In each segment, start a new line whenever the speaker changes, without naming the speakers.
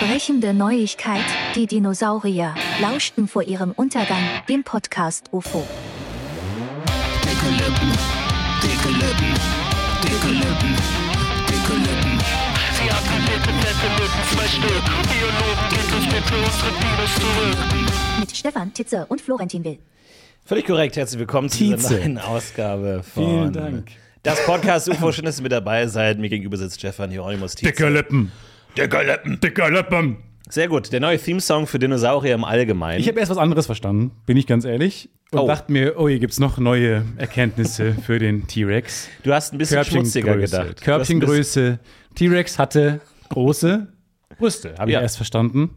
Brechende Neuigkeit, die Dinosaurier lauschten vor ihrem Untergang dem Podcast UFO.
Dicke Lippen, dicke Lippen, dicke Lippen, dicke Lippen. Sie hat gelitten, nette Lippen, zwei Stück. Biologen, geht uns bitte unsere Bibel zurück.
Mit Stefan Titze und Florentin Will.
Völlig korrekt, herzlich willkommen zu dieser
Tietze.
neuen Ausgabe von
Vielen Dank.
Das Podcast UFO, schön, dass ihr mit dabei seid. Mir gegenüber sitzt Stefan Hieronymus Tietze.
Dicker Lippen. Dicker Lippen. Dicker Lippen.
Sehr gut, der neue Theme-Song für Dinosaurier im Allgemeinen.
Ich habe erst was anderes verstanden, bin ich ganz ehrlich. Und
Oh.
dachte mir, oh, hier gibt es noch neue Erkenntnisse für den T-Rex.
du hast ein bisschen schmutziger gedacht. Du hast ein bisschen-
Körbchengröße. T-Rex hatte große Brüste, habe
Ja.
ich erst verstanden.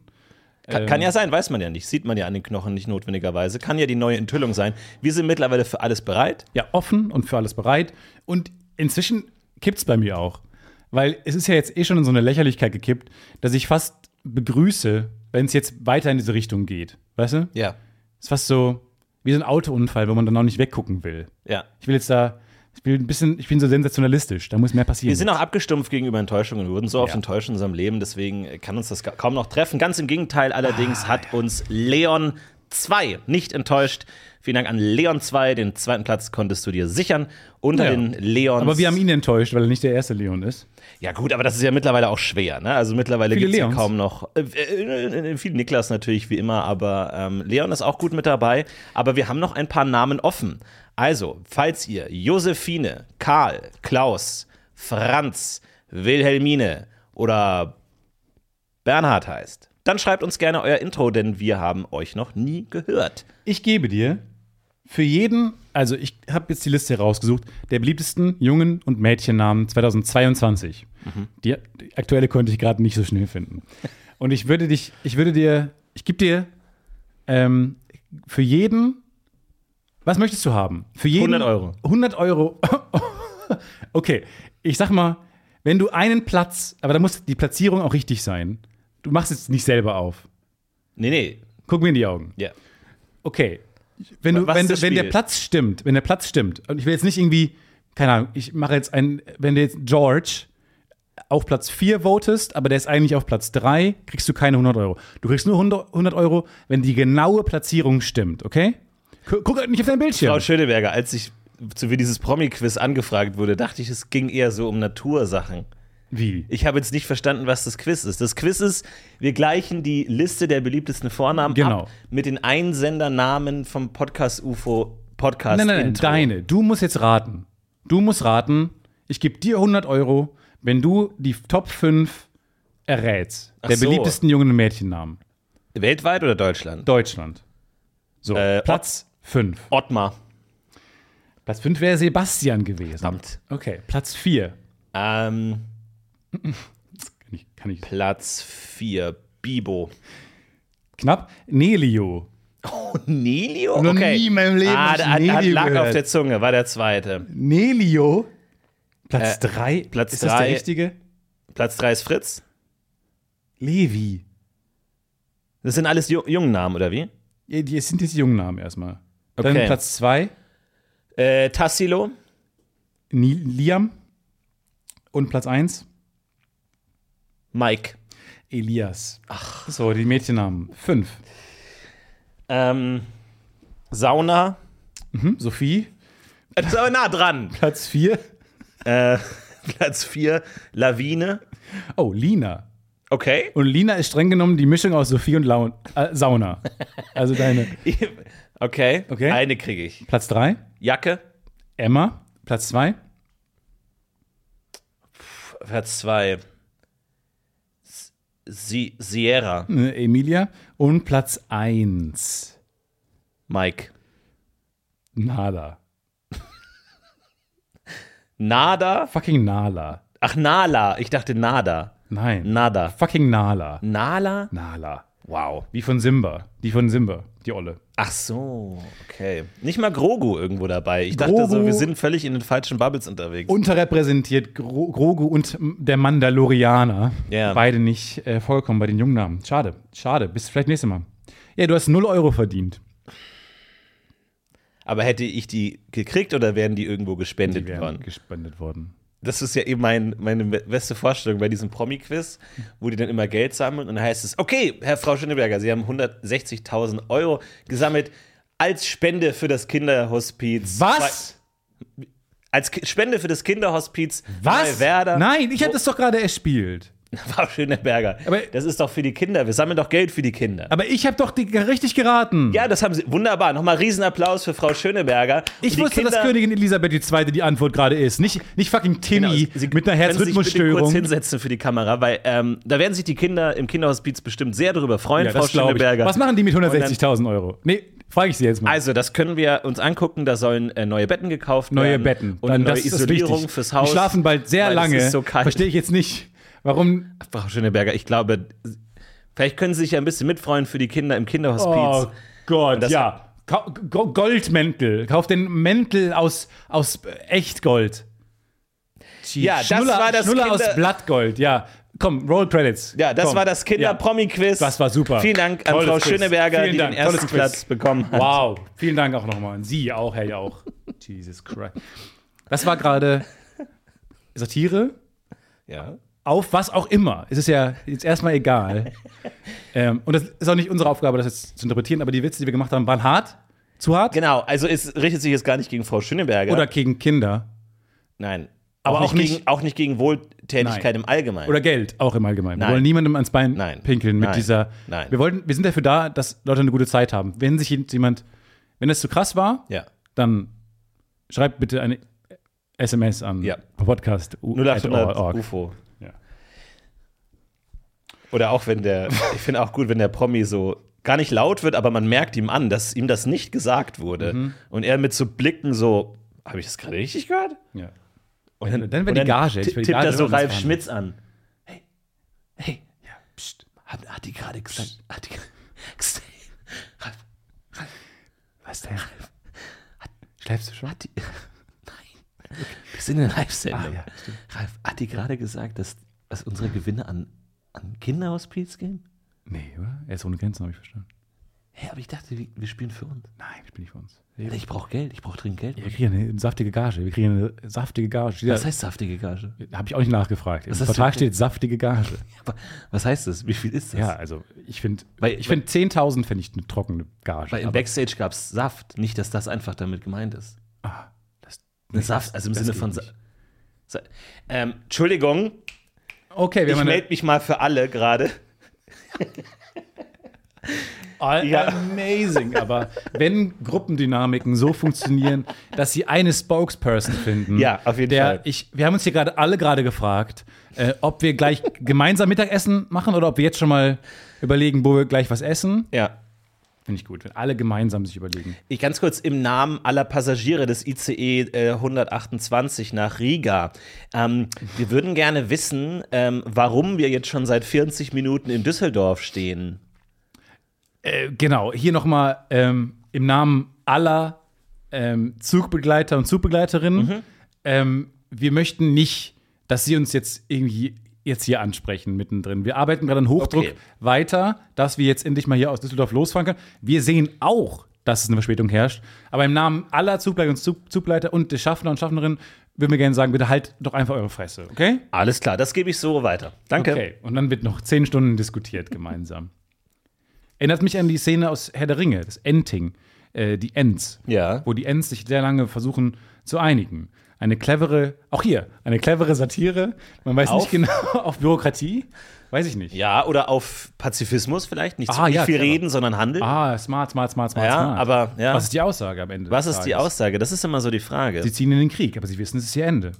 Kann, kann ja sein, weiß man ja nicht. Sieht man ja an den Knochen nicht notwendigerweise. Kann ja die neue Enthüllung sein. Wir sind mittlerweile für alles bereit.
Ja, offen und für alles bereit. Und inzwischen kippt es bei mir auch. Weil es ist ja jetzt eh schon in so eine Lächerlichkeit gekippt, dass ich fast begrüße, wenn es jetzt weiter in diese Richtung geht. Weißt du?
Ja.
Ist fast so wie so ein Autounfall, wo man dann auch nicht weggucken will.
Ja.
Ich will jetzt da, ich bin ein bisschen, ich bin so sensationalistisch, da muss mehr passieren.
Wir sind auch abgestumpft gegenüber Enttäuschungen. Wir wurden so oft
Ja.
enttäuscht in unserem Leben, deswegen kann uns das ga- kaum noch treffen. Ganz im Gegenteil allerdings
Ah,
hat uns Leon 2 nicht enttäuscht. Vielen Dank an Leon 2. Den zweiten Platz konntest du dir sichern unter
Ja.
den Leons.
Aber wir haben ihn enttäuscht, weil er nicht der erste Leon ist.
Ja, gut, aber das ist ja mittlerweile auch schwer. Ne? Also mittlerweile
Viele
gibt es ja
Leons.
kaum noch. Äh, äh, äh, viel Niklas natürlich wie immer, aber ähm, Leon ist auch gut mit dabei. Aber wir haben noch ein paar Namen offen. Also, falls ihr Josephine, Karl, Klaus, Franz, Wilhelmine oder Bernhard heißt, dann schreibt uns gerne euer Intro, denn wir haben euch noch nie gehört.
Ich gebe dir für jeden, also ich habe jetzt die Liste rausgesucht, der beliebtesten Jungen- und Mädchennamen 2022. Die, die aktuelle konnte ich gerade nicht so schnell finden. Und ich würde dich, ich würde dir, ich gebe dir ähm, für jeden, was möchtest du haben? Für jeden
100 Euro.
100 Euro. okay, ich sag mal, wenn du einen Platz, aber da muss die Platzierung auch richtig sein. Du machst jetzt nicht selber auf.
Nee, nee.
Guck mir in die Augen.
Ja.
Okay. Wenn, du,
Was ist
wenn,
das
wenn der
Spiel?
Platz stimmt, wenn der Platz stimmt, und ich will jetzt nicht irgendwie, keine Ahnung, ich mache jetzt einen, wenn du jetzt George auf Platz 4 votest, aber der ist eigentlich auf Platz 3, kriegst du keine 100 Euro. Du kriegst nur 100, 100 Euro, wenn die genaue Platzierung stimmt, okay? Gu- Guck halt nicht auf dein
Frau
Bildschirm.
Schöneberger, als ich zu für dieses Promi-Quiz angefragt wurde, dachte ich, es ging eher so um Natursachen.
Wie?
Ich habe jetzt nicht verstanden, was das Quiz ist. Das Quiz ist, wir gleichen die Liste der beliebtesten Vornamen
Genau.
ab mit den Einsendernamen vom Podcast UFO Podcast.
Nein, nein, nein,
Intro.
deine. Du musst jetzt raten. Du musst raten, ich gebe dir 100 Euro, wenn du die Top 5 errätst.
Ach
der
so.
beliebtesten Jungen- und Mädchennamen.
Weltweit oder Deutschland?
Deutschland. So,
Äh,
Platz 5.
Ottmar.
Platz 5 wäre Sebastian gewesen.
Verdammt.
Okay, Platz 4.
Ähm,
Kann ich, kann ich.
Platz 4. Bibo.
Knapp. Nelio.
Oh, Nelio?
Noch
okay.
nie in meinem Leben
ah,
hab ich
da, hat- hat,
Nelio
lag auf
gehört.
der Zunge, war der zweite.
Nelio? Platz
Äh,
3?
Platz
Ist das
drei.
der richtige?
Platz 3 ist Fritz.
Levi.
Das sind alles Ju- Jungennamen, oder wie?
Ja, die es sind jetzt die jungen Namen erstmal.
Okay.
Dann Platz 2.
Äh, Tassilo.
Liam. Und Platz 1.
Mike.
Elias. Ach. So, die Mädchennamen. 5.
Ähm, Sauna.
Sophie.
Das ist aber nah dran.
Platz 4.
Äh, Platz 4, Lawine.
Oh, Lina.
Okay.
Und Lina ist streng genommen die Mischung aus Sophie und Laun äh, Sauna. Also deine.
Okay.
Okay.
Eine kriege ich.
Platz 3,
Jacke.
Emma. Platz 2,
Platz 2. Si Sierra.
äh, Emilia. Und Platz 1,
Mike.
Nala.
Nada.
Fucking Nala.
Ach, Nala. Ich dachte Nada.
Nein.
Nada.
Fucking Nala.
Nala?
Nala.
Wow.
Wie von Simba. Die von Simba. Die Olle.
Ach so, okay. Nicht mal Grogu irgendwo dabei. Ich dachte so,
Grogu-
wir sind völlig in den falschen Bubbles unterwegs.
Unterrepräsentiert Gro Grogu und m, der Mandalorianer.
Ja.
Beide nicht äh, vollkommen bei den Jungnamen. Schade. Schade. Bis vielleicht nächstes Mal. Ja, du hast 0 Euro verdient.
Aber hätte ich die gekriegt oder wären die irgendwo gespendet worden?
gespendet worden.
das ist ja eben mein, meine be- beste Vorstellung bei diesem Promi-Quiz, wo die dann immer Geld sammeln und dann heißt es, okay, Herr Frau Schöneberger, Sie haben 160.000 Euro gesammelt als Spende für das Kinderhospiz. Zwei-
Was?
Als Ki Spende für das Kinderhospiz
Was?
Werder.
Nein, ich habe das doch gerade erspielt.
Frau Schöneberger,
Aber-
das ist doch für die Kinder. Wir sammeln doch Geld für die Kinder.
Aber ich habe doch die, richtig geraten.
ja, das haben Sie. Wunderbar. Nochmal Riesenapplaus für Frau Schöneberger. Und
ich
die
wusste, dass
Kinder-
Königin Elisabeth II. die Antwort gerade ist. Nicht, nicht fucking Timmy
Genau, Sie
mit einer
können sich bitte kurz
Herzrhythmusstörung.
hinsetzen für die Kamera, weil ähm, da werden sich die Kinder im Kinderhospiz bestimmt sehr darüber freuen,
Ja,
Frau
das glaub ich.
Schöneberger.
Was machen die mit
dann-
160.000 Euro? Nee, frage ich sie jetzt mal.
Also, das können wir uns angucken. Da sollen äh, neue Betten gekauft
neue
werden.
Betten.
Und eine neue
das ist
Isolierung
wichtig.
fürs Haus.
Die schlafen bald sehr
weil
lange.
Es ist so kalt.
Verstehe ich jetzt nicht. Warum?
Frau Schöneberger, ich glaube, vielleicht können Sie sich ja ein bisschen mitfreuen für die Kinder im
Oh
Kinderhospiz.
Gott,
das-
ja. Ka- Go- Goldmäntel. Kauf den Mäntel aus, aus Echtgold. Die
Ja, das
Schnuller,
war das
Schnuller
Kinder-
aus Blattgold, ja. Komm, Roll Credits.
Ja, das
Komm.
war das Kinder-Promi-Quiz.
Das war super.
Vielen Dank an
Tolles
Frau
Quiz.
Schöneberger,
Vielen
die
Dank.
den ersten
Tolles Quiz.
Platz bekommen hat.
Wow, vielen Dank auch nochmal. Und Sie auch, Herr Jauch. Jesus Christ. Das war gerade Satire
Ja.
auf was auch immer. Es ist ja jetzt erstmal egal. ähm, und das ist auch nicht unsere Aufgabe, das jetzt zu interpretieren, aber die Witze, die wir gemacht haben, waren hart, zu hart
Genau, also es richtet sich jetzt gar nicht gegen Frau Schöneberger.
oder gegen Kinder
Nein.
Aber auch nicht-
gegen, auch nicht gegen Wohltätigkeit
Nein.
im Allgemeinen.
oder Geld, auch im Allgemeinen.
Nein.
Wir wollen niemandem ans Bein
Nein.
pinkeln mit
Nein.
dieser.
Nein.
Wir, wollten, wir sind dafür da, dass Leute eine gute Zeit haben. Wenn sich jemand, wenn das zu krass war,
ja.
dann schreibt bitte eine SMS an
Ja.
Podcast
0800 UFO.
Ja.
Oder auch wenn der, ich finde auch gut, wenn der Promi so gar nicht laut wird, aber man merkt ihm an, dass ihm das nicht gesagt wurde.
Mhm.
Und er mit so Blicken so, habe ich das gerade richtig gehört?
Ja.
Und
Dann- dann wär die Gage, ich
ti-
will die
tippt
Gage
er so
irgendwas
Ralf
verhandeln.
Schmitz an. Hey, hey, ja, pst, hat, hat die gerade gesagt, hat die gesehen? Ralf,
Was denn? Schläfst du schon?
hat die, nein, wir sind in der Live-Sendung.
Ah, ja,
Ralf, hat die gerade gesagt, dass, dass unsere Gewinne an, an Kinderhospiz gehen?
Nee, oder? Er ist ohne Grenzen, habe ich verstanden.
Hä, aber ich dachte, wir, wir spielen für uns.
Nein, ich bin nicht bei uns.
Ich brauche Geld, ich brauche dringend Geld.
Wir kriegen eine saftige Gage. Wir kriegen eine saftige Gage.
Was heißt saftige Gage?
Habe ich auch nicht nachgefragt. Im
hast du-
Vertrag steht saftige Gage.
Aber Was heißt das? Wie viel ist das?
Ja, also ich finde,
Weil-
ich finde 10.000 fände ich eine trockene Gage.
Weil im
aber
Backstage gab es Saft, nicht, dass das einfach damit gemeint ist.
das-
Eine Saft, also im
das
Sinne
geht
von. Sa
nicht.
Sa ähm, Entschuldigung,
okay, wir
ich
haben eine,
melde mich mal für alle gerade.
All-
Ja.
Amazing, aber wenn Gruppendynamiken so funktionieren, dass sie eine Spokesperson finden.
Ja, auf jeden
der,
Fall.
Ich, wir haben uns hier gerade alle gerade gefragt, äh, ob wir gleich gemeinsam Mittagessen machen oder ob wir jetzt schon mal überlegen, wo wir gleich was essen.
Ja.
Finde ich gut, wenn alle gemeinsam sich überlegen.
Ich ganz kurz im Namen aller Passagiere des ICE äh, 128 nach Riga. Ähm, wir würden gerne wissen, ähm, warum wir jetzt schon seit 40 Minuten in Düsseldorf stehen.
Äh, genau, hier nochmal ähm, im Namen aller ähm, Zugbegleiter und Zugbegleiterinnen. Ähm, wir möchten nicht, dass Sie uns jetzt irgendwie jetzt hier ansprechen mittendrin. Wir arbeiten gerade an Hochdruck
Okay.
weiter, dass wir jetzt endlich mal hier aus Düsseldorf losfahren können. Wir sehen auch, dass es eine Verspätung herrscht. Aber im Namen aller Zugleiter und Zug Zugleiter und der Schaffner und Schaffnerinnen würden wir gerne sagen, bitte halt doch einfach eure Fresse, okay?
Alles klar, das gebe ich so weiter. Danke.
Okay, und dann wird noch zehn Stunden diskutiert gemeinsam. Erinnert mich an die Szene aus Herr der Ringe, das Enting, äh, die Ents,
Ja.
wo die Ents sich sehr lange versuchen zu einigen. Eine clevere, auch hier, eine clevere Satire, man weiß
Auf?
nicht genau, auf Bürokratie, weiß ich nicht.
Ja, oder auf Pazifismus vielleicht. Nicht, so-
Ah,
nicht
ja,
viel
clever.
reden, sondern handeln.
Ah, smart, smart, smart, smart,
Ja,
smart.
aber, ja.
Was ist die Aussage am Ende?
Was
des
ist die
Tages?
Aussage? Das ist immer so die Frage.
Sie ziehen in den Krieg, aber sie wissen, es ist ihr Ende.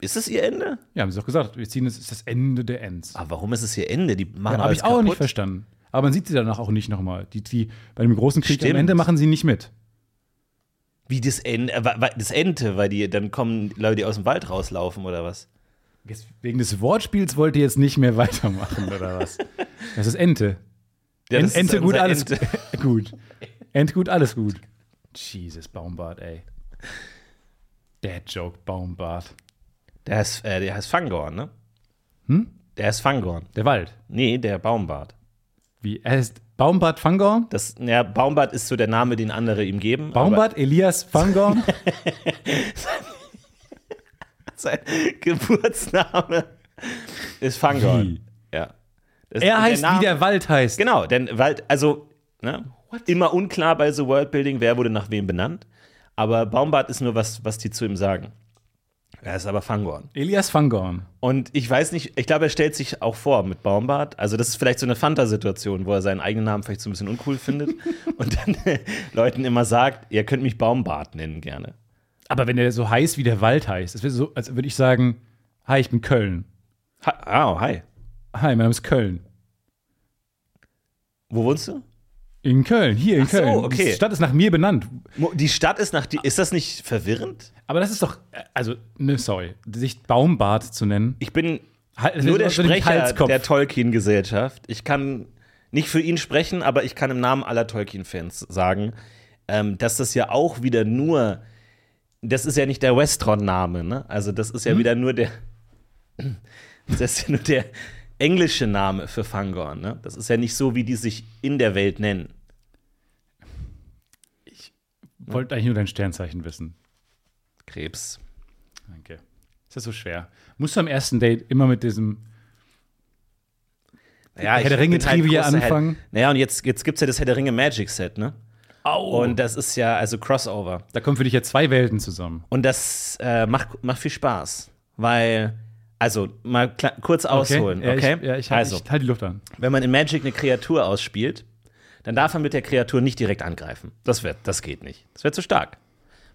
ist es ihr Ende?
Ja, haben sie doch gesagt, wir ziehen, es ist das Ende der Ents.
Aber warum ist es ihr Ende? Die machen alles
Ja, habe ich auch
kaputt.
nicht verstanden. Aber man sieht sie danach auch nicht nochmal. Die, die, bei dem großen Krieg
Stimmt.
am Ende machen sie nicht mit.
Wie das Ende, äh, wa- wa- das Ente, weil die dann kommen Leute, die aus dem Wald rauslaufen oder was?
Jetzt, wegen des Wortspiels wollt ihr jetzt nicht mehr weitermachen, oder was? Das ist Ente.
Ja, das
Ent-
ist
Ente gut,
unser
alles
Ente.
gut. Ente gut, alles gut. Jesus, Baumbart, ey. Dad Joke, Baumbart.
Der heißt, äh, der heißt Fangorn, ne? Hm? Der heißt Fangorn.
Der Wald.
Nee, der Baumbart.
Wie er heißt Baumbart Fangorn?
Das, ja, Baumbart ist so der Name, den andere ihm geben. aber-
Baumbart Elias Fangorn?
Sein Geburtsname ist Fangorn.
Wie?
Ja. Das- und
Er heißt,
Name-
wie der Wald heißt.
Genau, denn Wald, also ne, immer unklar bei The Worldbuilding, wer wurde nach wem benannt. Aber Baumbart ist nur was, was die zu ihm sagen. Er ist aber Fangorn.
Elias Fangorn.
Und ich weiß nicht, ich glaube, er stellt sich auch vor mit Baumbart. Also, das ist vielleicht so eine Fanta-Situation, wo er seinen eigenen Namen vielleicht so ein bisschen uncool findet und dann Leuten immer sagt, ihr könnt mich Baumbart nennen gerne.
Aber wenn er so heißt, wie der Wald heißt, das wäre so, als würde ich sagen, hi, ich bin Köln.
Ha oh, hi.
Hi, mein Name ist Köln.
Wo wohnst du?
In Köln, hier in
so,
Köln.
okay.
Die Stadt ist nach mir benannt.
Mo- Die Stadt ist nach dir. Ist das nicht verwirrend?
Aber das ist doch, äh, also, ne, sorry, sich Baumbart zu nennen.
Ich bin
Halt- das
nur
ist
der
so ein
Sprecher
Halskopf.
der Tolkien-Gesellschaft. Ich kann nicht für ihn sprechen, aber ich kann im Namen aller Tolkien-Fans sagen, ähm, dass das ja auch wieder nur, das ist ja nicht der Westron-Name, ne? Also das ist ja
Mhm.
wieder nur der, das ist ja nur der englische Name für Fangorn, ne? Das ist ja nicht so, wie die sich in der Welt nennen.
Wollte eigentlich nur dein Sternzeichen wissen.
Krebs.
Danke. Ist das so schwer? Musst du am ersten Date immer mit diesem,
Ja,
Herr der Ringe
bin halt
Trivia
großer Herr-
anfangen?
Naja, und jetzt, jetzt gibt es ja das Herr der Ringe Magic Set, ne?
Au.
Und das ist ja, also Crossover.
da kommen für dich ja zwei Welten zusammen.
Und das äh, macht, macht viel Spaß, weil, also mal kla- kurz ausholen, okay?
Ja, ich, ja, ich, halt-
also,
ich halte die Luft an.
wenn man in Magic eine Kreatur ausspielt, dann darf man mit der Kreatur nicht direkt angreifen. Das, wird, das geht nicht. Das wäre zu stark.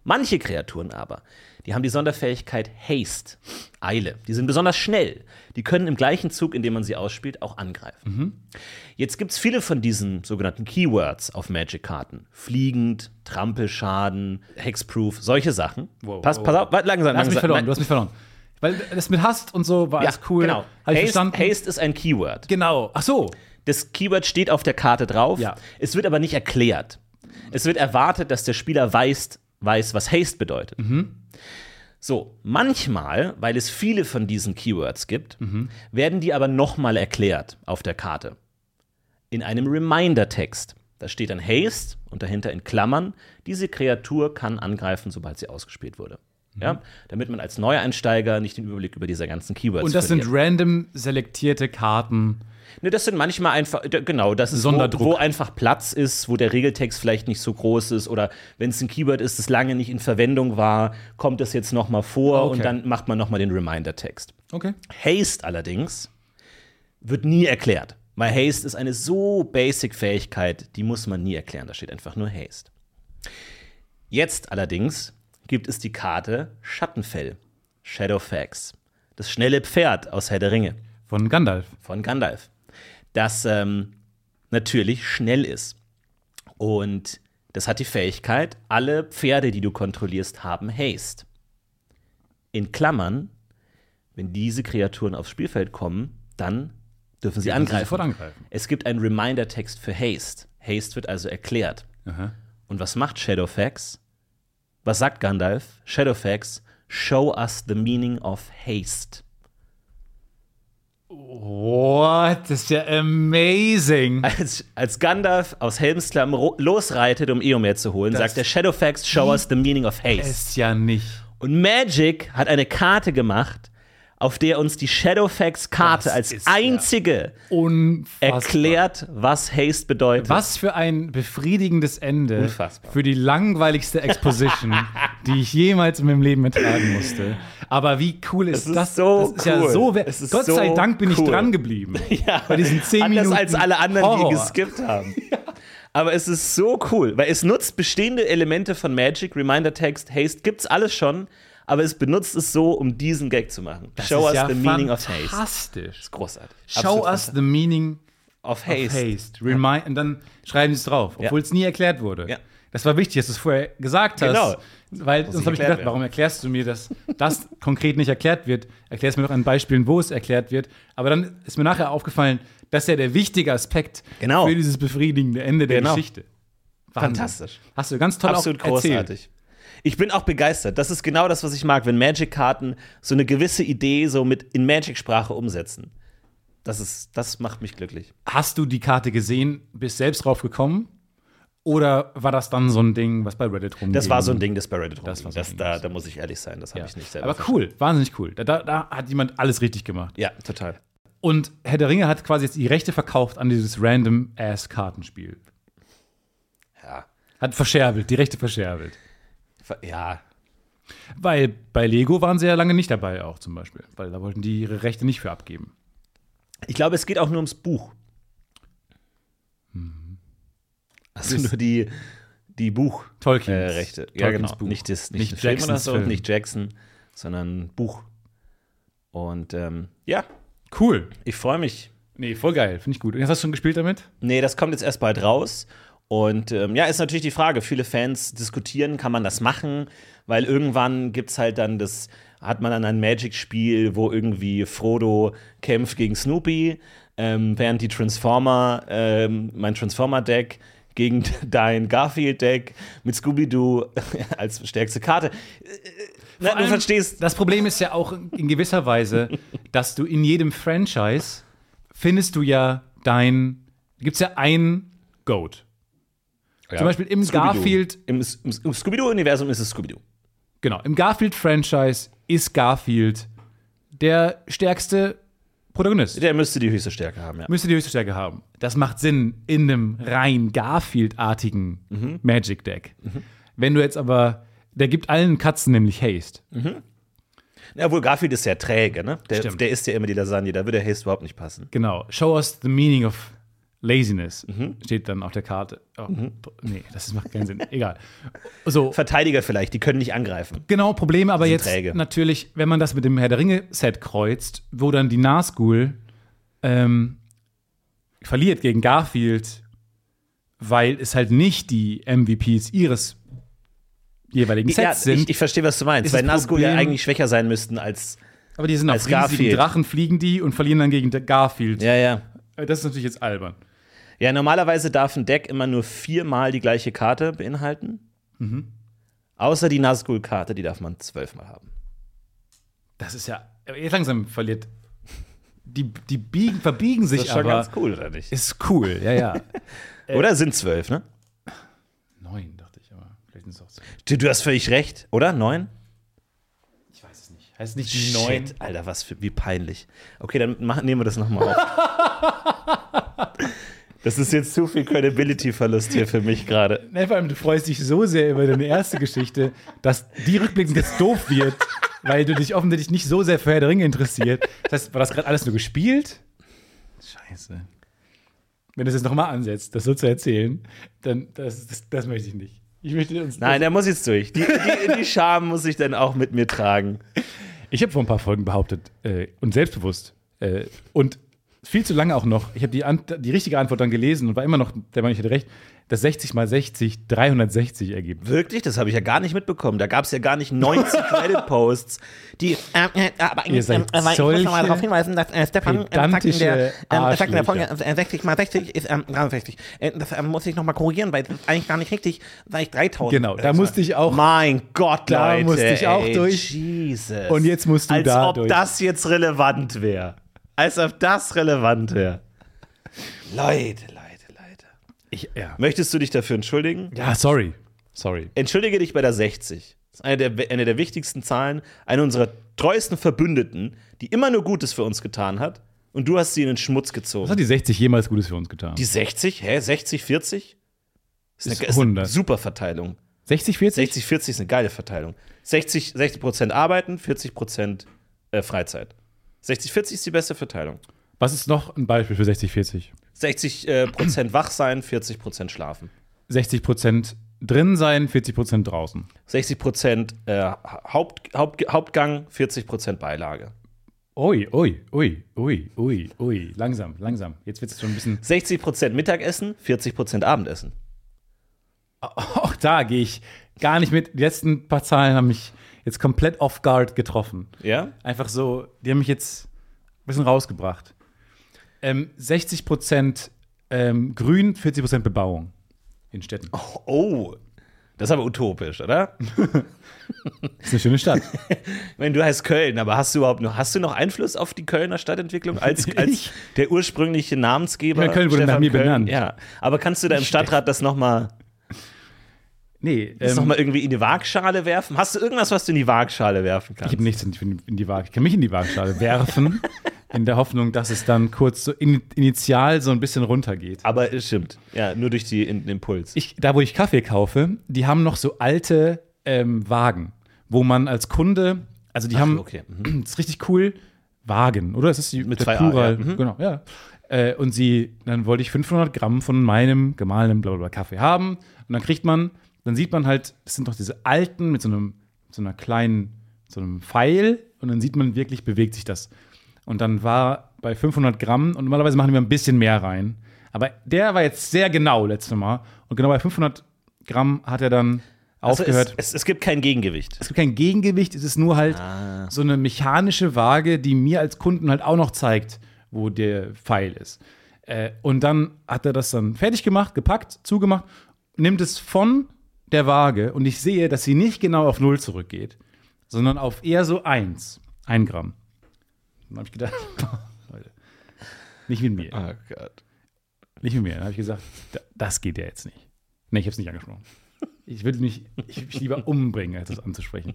Manche Kreaturen aber, die haben die Sonderfähigkeit Haste, Eile. Die sind besonders schnell. Die können im gleichen Zug, in dem man sie ausspielt, auch angreifen.
Mhm.
Jetzt gibt es viele von diesen sogenannten Keywords auf Magic-Karten. Fliegend, Trampelschaden, Hexproof, solche Sachen.
Wow.
pass, pass auf, warte, langsam,
Du hast
langsam.
mich verloren,
Nein.
du hast mich verloren. Weil das mit Hast und so war
ja,
alles cool.
Genau.
Hab ich
Haste,
verstanden.
Haste ist ein Keyword.
Genau. Ach so.
Das Keyword steht auf der Karte drauf.
Ja.
Es wird aber nicht erklärt. Es wird erwartet, dass der Spieler weiß, weiß was Haste bedeutet.
Mhm.
So, manchmal, weil es viele von diesen Keywords gibt,
Mhm.
werden die aber nochmal erklärt auf der Karte. In einem Reminder-Text. Da steht dann Haste und dahinter in Klammern, diese Kreatur kann angreifen, sobald sie ausgespielt wurde.
Mhm.
Ja? Damit man als Neueinsteiger nicht den Überblick über diese ganzen Keywords
Und das
verliert.
sind random selektierte Karten.
Ne, das sind manchmal einfach, d- genau, das ist,
Sonderdruck.
Wo, wo einfach Platz ist, wo der Regeltext vielleicht nicht so groß ist oder wenn es ein Keyword ist, das lange nicht in Verwendung war, kommt das jetzt nochmal vor
Ah, Okay.
und dann macht man nochmal den Reminder-Text.
Okay.
Haste allerdings wird nie erklärt, weil Haste ist eine so basic Fähigkeit, die muss man nie erklären, da steht einfach nur Haste. Jetzt allerdings gibt es die Karte Schattenfell, Shadowfax, das schnelle Pferd aus Herr der Ringe
Von Gandalf.
von Gandalf, das ähm, natürlich schnell ist. Und das hat die Fähigkeit, alle Pferde, die du kontrollierst, haben Haste. In Klammern, wenn diese Kreaturen aufs Spielfeld kommen, dann dürfen sie
Kannst du
angreifen.
Sofort angreifen.
Es gibt einen Reminder-Text für Haste. Haste wird also erklärt.
Aha.
Und was macht Shadowfax? Was sagt Gandalf? Shadowfax, show us the meaning of haste.
What? Das ist ja amazing.
Als, als Gandalf aus Helmsklamm ro- losreitet, um Eomer zu holen,
Das-
sagt der Shadowfax, show us the meaning of haste.
Ist ja nicht.
Und Magic hat eine Karte gemacht, auf der uns die Shadowfax-Karte
Das
als
ist ja
einzige
Unfassbar.
erklärt, was Haste bedeutet.
Was für ein befriedigendes Ende
Unfassbar.
für die langweiligste Exposition, die ich jemals in meinem Leben ertragen musste. Aber wie cool ist das?
ist so
das ist ja
cool.
so. wer-
Es ist
Gott sei
so
Dank bin
cool.
ich dran geblieben.
Ja,
Bei diesen 10
anders
Minuten
als alle anderen,
Horror.
die geskippt haben. Aber es ist so cool, weil es nutzt bestehende Elemente von Magic, Reminder Text, Haste, gibt's alles schon, aber es benutzt es so, um diesen Gag zu machen.
Das
show
ist
us
ja
the meaning of Haste.
Fantastisch.
Großartig.
Show
Absolut
us the meaning
of
of
Haste.
haste. Remind, und dann schreiben sie es drauf, obwohl es nie erklärt wurde.
Ja.
Das war wichtig, dass du es vorher gesagt hast.
Genau.
Weil sonst
nicht
habe
erklärt
ich gedacht,
werden.
warum erklärst du mir, dass das konkret nicht erklärt wird? Erklär es mir doch an Beispielen, wo es erklärt wird. Aber dann ist mir nachher aufgefallen, das ist ja der wichtige Aspekt
Genau.
für dieses befriedigende Ende der
Genau.
Geschichte. Wahnsinn.
Fantastisch.
Hast du ganz toll
Absolut
auch erzählt.
großartig. Ich bin auch begeistert. Das ist genau das, was ich mag, wenn Magic-Karten so eine gewisse Idee so mit in Magic-Sprache umsetzen. Das ist, das macht mich glücklich.
Hast du die Karte gesehen, bist selbst drauf gekommen? Oder war das dann so ein Ding, was bei Reddit rumging?
Das war so ein Ding, das bei Reddit
Mhm. Das war
rumging.
so ein
Das,
Ding,
da,
das-
da muss ich ehrlich sein, das habe
Ja.
ich nicht selber.
Aber
verstanden.
cool, wahnsinnig cool. Da, da, da hat jemand alles richtig gemacht.
Ja, total.
Und Herr der Ringe hat quasi jetzt die Rechte verkauft an dieses random ass Kartenspiel.
Ja.
Hat verscherbelt, die Rechte verscherbelt.
Ver- Ja,
Weil bei Lego waren sie ja lange nicht dabei auch zum Beispiel, weil da wollten die ihre Rechte nicht für abgeben.
Ich glaube, es geht auch nur ums Buch.
Mhm.
Also nur die, die Buchrechte.
Tolkien.
Äh, Rechte. ja,
Tolkiens
genau.
Buch.
Nicht, das, nicht,
Nicht
den Film oder
Jacksons
so,
Film.
nicht Jackson, sondern Buch. Und ähm, ja,
Cool.
ich freue mich.
Nee, voll geil, finde ich gut. Und jetzt hast du schon gespielt damit?
Nee, das kommt jetzt erst bald raus. Und ähm, ja, ist natürlich die Frage. Viele Fans diskutieren, kann man das machen? Weil irgendwann gibt es halt dann das, hat man dann ein Magic-Spiel, wo irgendwie Frodo kämpft gegen Snoopy, ähm, während die Transformer, ähm, mein Transformer-Deck gegen dein Garfield-Deck mit Scooby-Doo als stärkste Karte. Äh, äh, Na, du
allem-
verstehst.
Ähm, Das Problem ist ja auch in gewisser Weise, dass du in jedem Franchise findest du ja dein, gibt's ja ein Goat. Zum Beispiel im
Scooby-Doo.
Garfield
Im, im, im Scooby-Doo-Universum ist es Scooby-Doo.
Genau, im Garfield-Franchise ist Garfield der stärkste Protagonist.
Der müsste die höchste Stärke haben, ja.
Müsste die höchste Stärke haben. Das macht Sinn in einem rein Garfield-artigen Magic-Deck. Wenn du jetzt aber, der gibt allen Katzen nämlich Haste.
Ja, wohl Garfield ist ja träge, ne? Der,
Stimmt.
der isst ja immer die Lasagne, da würde Haste überhaupt nicht passen.
Genau, show us the meaning of laziness steht dann auf der Karte. Oh, Nee, das macht keinen Sinn. Egal. So,
Verteidiger vielleicht, die können nicht angreifen.
Genau, Problem aber jetzt
träge.
natürlich, wenn man das mit dem Herr der Ringe-Set kreuzt, wo dann die Nazgul ähm, verliert gegen Garfield, weil es halt nicht die MVPs ihres jeweiligen
ja,
Sets sind.
ich, ich verstehe, was du meinst,
Ist
weil
das
Nazgul ja
Problem-
eigentlich schwächer sein müssten als.
aber die sind auf
als
riesigen
Garfield.
Drachen, fliegen die und verlieren dann gegen Garfield.
Ja, ja.
Äh, Das ist natürlich jetzt albern.
Ja, normalerweise darf ein Deck immer nur viermal die gleiche Karte beinhalten.
Mhm.
Außer die Nazgul-Karte, die darf man zwölfmal haben.
Das ist ja, aber jetzt langsam verliert. Die, die biegen, verbiegen sich
Das ist schon
aber.
ganz cool, oder nicht?
Ist cool, ja, ja.
Oder sind zwölf, ne?
Neun, dachte ich, aber vielleicht sind es auch zehn.
Du, du hast völlig recht, oder? Neun?
Ich weiß es nicht. Heißt nicht die neun.
Shit, Alter, was für, wie peinlich. Okay, dann machen, nehmen wir das nochmal auf. Das ist jetzt zu viel Credibility-Verlust hier für mich gerade.
Nee, vor allem, du freust dich so sehr über deine erste Geschichte, dass die rückblickend jetzt doof wird, weil du dich offensichtlich nicht so sehr für Herr der Ringe interessiert. Das heißt, war das gerade alles nur gespielt? Scheiße. Wenn du es jetzt nochmal ansetzt, das so zu erzählen, dann das, das, das möchte ich nicht. Ich möchte uns.
Nein, der muss jetzt durch. Die, die, die Scham muss ich dann auch mit mir tragen.
Ich habe vor ein paar Folgen behauptet äh, und selbstbewusst äh, und viel zu lange auch noch. Ich habe die, Ant- die richtige Antwort dann gelesen und war immer noch der Meinung, ich hätte recht, dass 60 mal 60 360 ergibt.
Wirklich? Das habe ich ja gar nicht mitbekommen. Da gab es ja gar nicht 90 Reddit-Posts, die.
Ähm, äh, aber
Ihr
ich,
seid
ähm, aber ich muss nochmal
solche
darauf hinweisen, dass äh, Stefan ähm, sagt in
pedantische
der, ähm, sagt in der Folge
Arschlöcher.
äh, 60 mal 60 ist ähm, 63. Äh, das ähm, muss ich nochmal korrigieren, weil das ist eigentlich gar nicht richtig, sage ich 3000.
Genau, da musste ich auch
Mein Gott,
Da
Leute.
musste ich auch
ey,
durch.
Jesus.
Und jetzt musst du
Als
da
ob
durch.
das jetzt relevant wäre. Als ob das relevant wäre. Leute, Leute, Leute.
Ich, ja.
Möchtest du dich dafür entschuldigen?
ja, sorry. Sorry.
Entschuldige dich bei der 60. Das ist eine der, eine der wichtigsten Zahlen, eine unserer treuesten Verbündeten, die immer nur Gutes für uns getan hat. Und du hast sie in den Schmutz
Was
gezogen.
hat die 60 jemals Gutes für uns getan?
Die 60? Hä? 60, 40? Ist eine,
Ist
ist eine
100.
super Verteilung.
60, 40?
60, 40 ist eine geile Verteilung. 60, 60 Prozent arbeiten, 40 Prozent äh, Freizeit. 60, 40 ist die beste Verteilung.
Was ist noch ein Beispiel für 60, 40?
60 äh, Prozent wach sein, 40 Prozent schlafen.
60 Prozent drin sein, 40 Prozent draußen.
60 Prozent äh, Haupt, Haupt, Hauptgang, 40 Prozent Beilage.
Ui, ui, ui, ui, ui, ui. Langsam, langsam. Jetzt wird es schon ein bisschen.
60% Mittagessen, 40% Abendessen.
Auch da gehe ich gar nicht mit. Die letzten paar Zahlen haben mich jetzt komplett off guard getroffen.
Ja?
Einfach so, die haben mich jetzt ein bisschen rausgebracht. Ähm, 60 Prozent ähm, Grün, 40 Prozent Bebauung in Städten.
Oh, das ist aber utopisch, oder?
Ist eine schöne Stadt.
Ich meine, du heißt Köln, aber hast du überhaupt noch, hast du noch Einfluss auf die Kölner Stadtentwicklung als, als
Ich?
der ursprüngliche Namensgeber?
Ja, Köln wurde nach mir benannt.
Ja, aber kannst du da im Stadtrat das nochmal
Nee,
Das
ähm,
nochmal irgendwie in die Waagschale werfen? Hast du irgendwas, was du in die Waagschale werfen
ich
kannst?
habe nichts in die, in die Waage. Ich kann mich in die Waagschale werfen, in der Hoffnung, dass es dann kurz so in, initial so ein bisschen runtergeht.
Aber es stimmt. Ja, nur durch die, in, den Impuls.
ich, da wo ich Kaffee kaufe, die haben noch so alte ähm, Wagen, wo man als Kunde, also die haben,
okay,
das ist richtig cool, Wagen, oder? Es ist die,
Mit
der
zwei A,
Plural,
ja, mhm.
genau, ja. Äh, und sie, dann wollte ich 500 Gramm von meinem gemahlenen blablabla Kaffee haben und dann kriegt man, dann sieht man halt, das sind doch diese alten mit so einem, so einer kleinen, so einem Pfeil und dann sieht man wirklich, bewegt sich das. Und dann war bei 500 Gramm, und normalerweise machen wir ein bisschen mehr rein, aber der war jetzt sehr genau letztes Mal. Und genau bei 500 Gramm hat er dann
Also
aufgehört.
Es, es, es gibt kein Gegengewicht.
es gibt kein Gegengewicht, es ist nur halt so eine mechanische Waage, die mir als Kunden halt auch noch zeigt, wo der Pfeil ist. Äh, und dann hat er das dann fertig gemacht, gepackt, zugemacht, nimmt es von der Waage und ich sehe, dass sie nicht genau auf Null zurückgeht, sondern auf eher so eins, ein Gramm. Dann habe ich gedacht, Leute, nicht mit mir.
Oh Gott.
Nicht mit mir. Dann habe ich gesagt, da- das geht ja jetzt nicht. Nee, ich habe es nicht angesprochen. Ich würde mich ich, ich lieber umbringen, als das anzusprechen.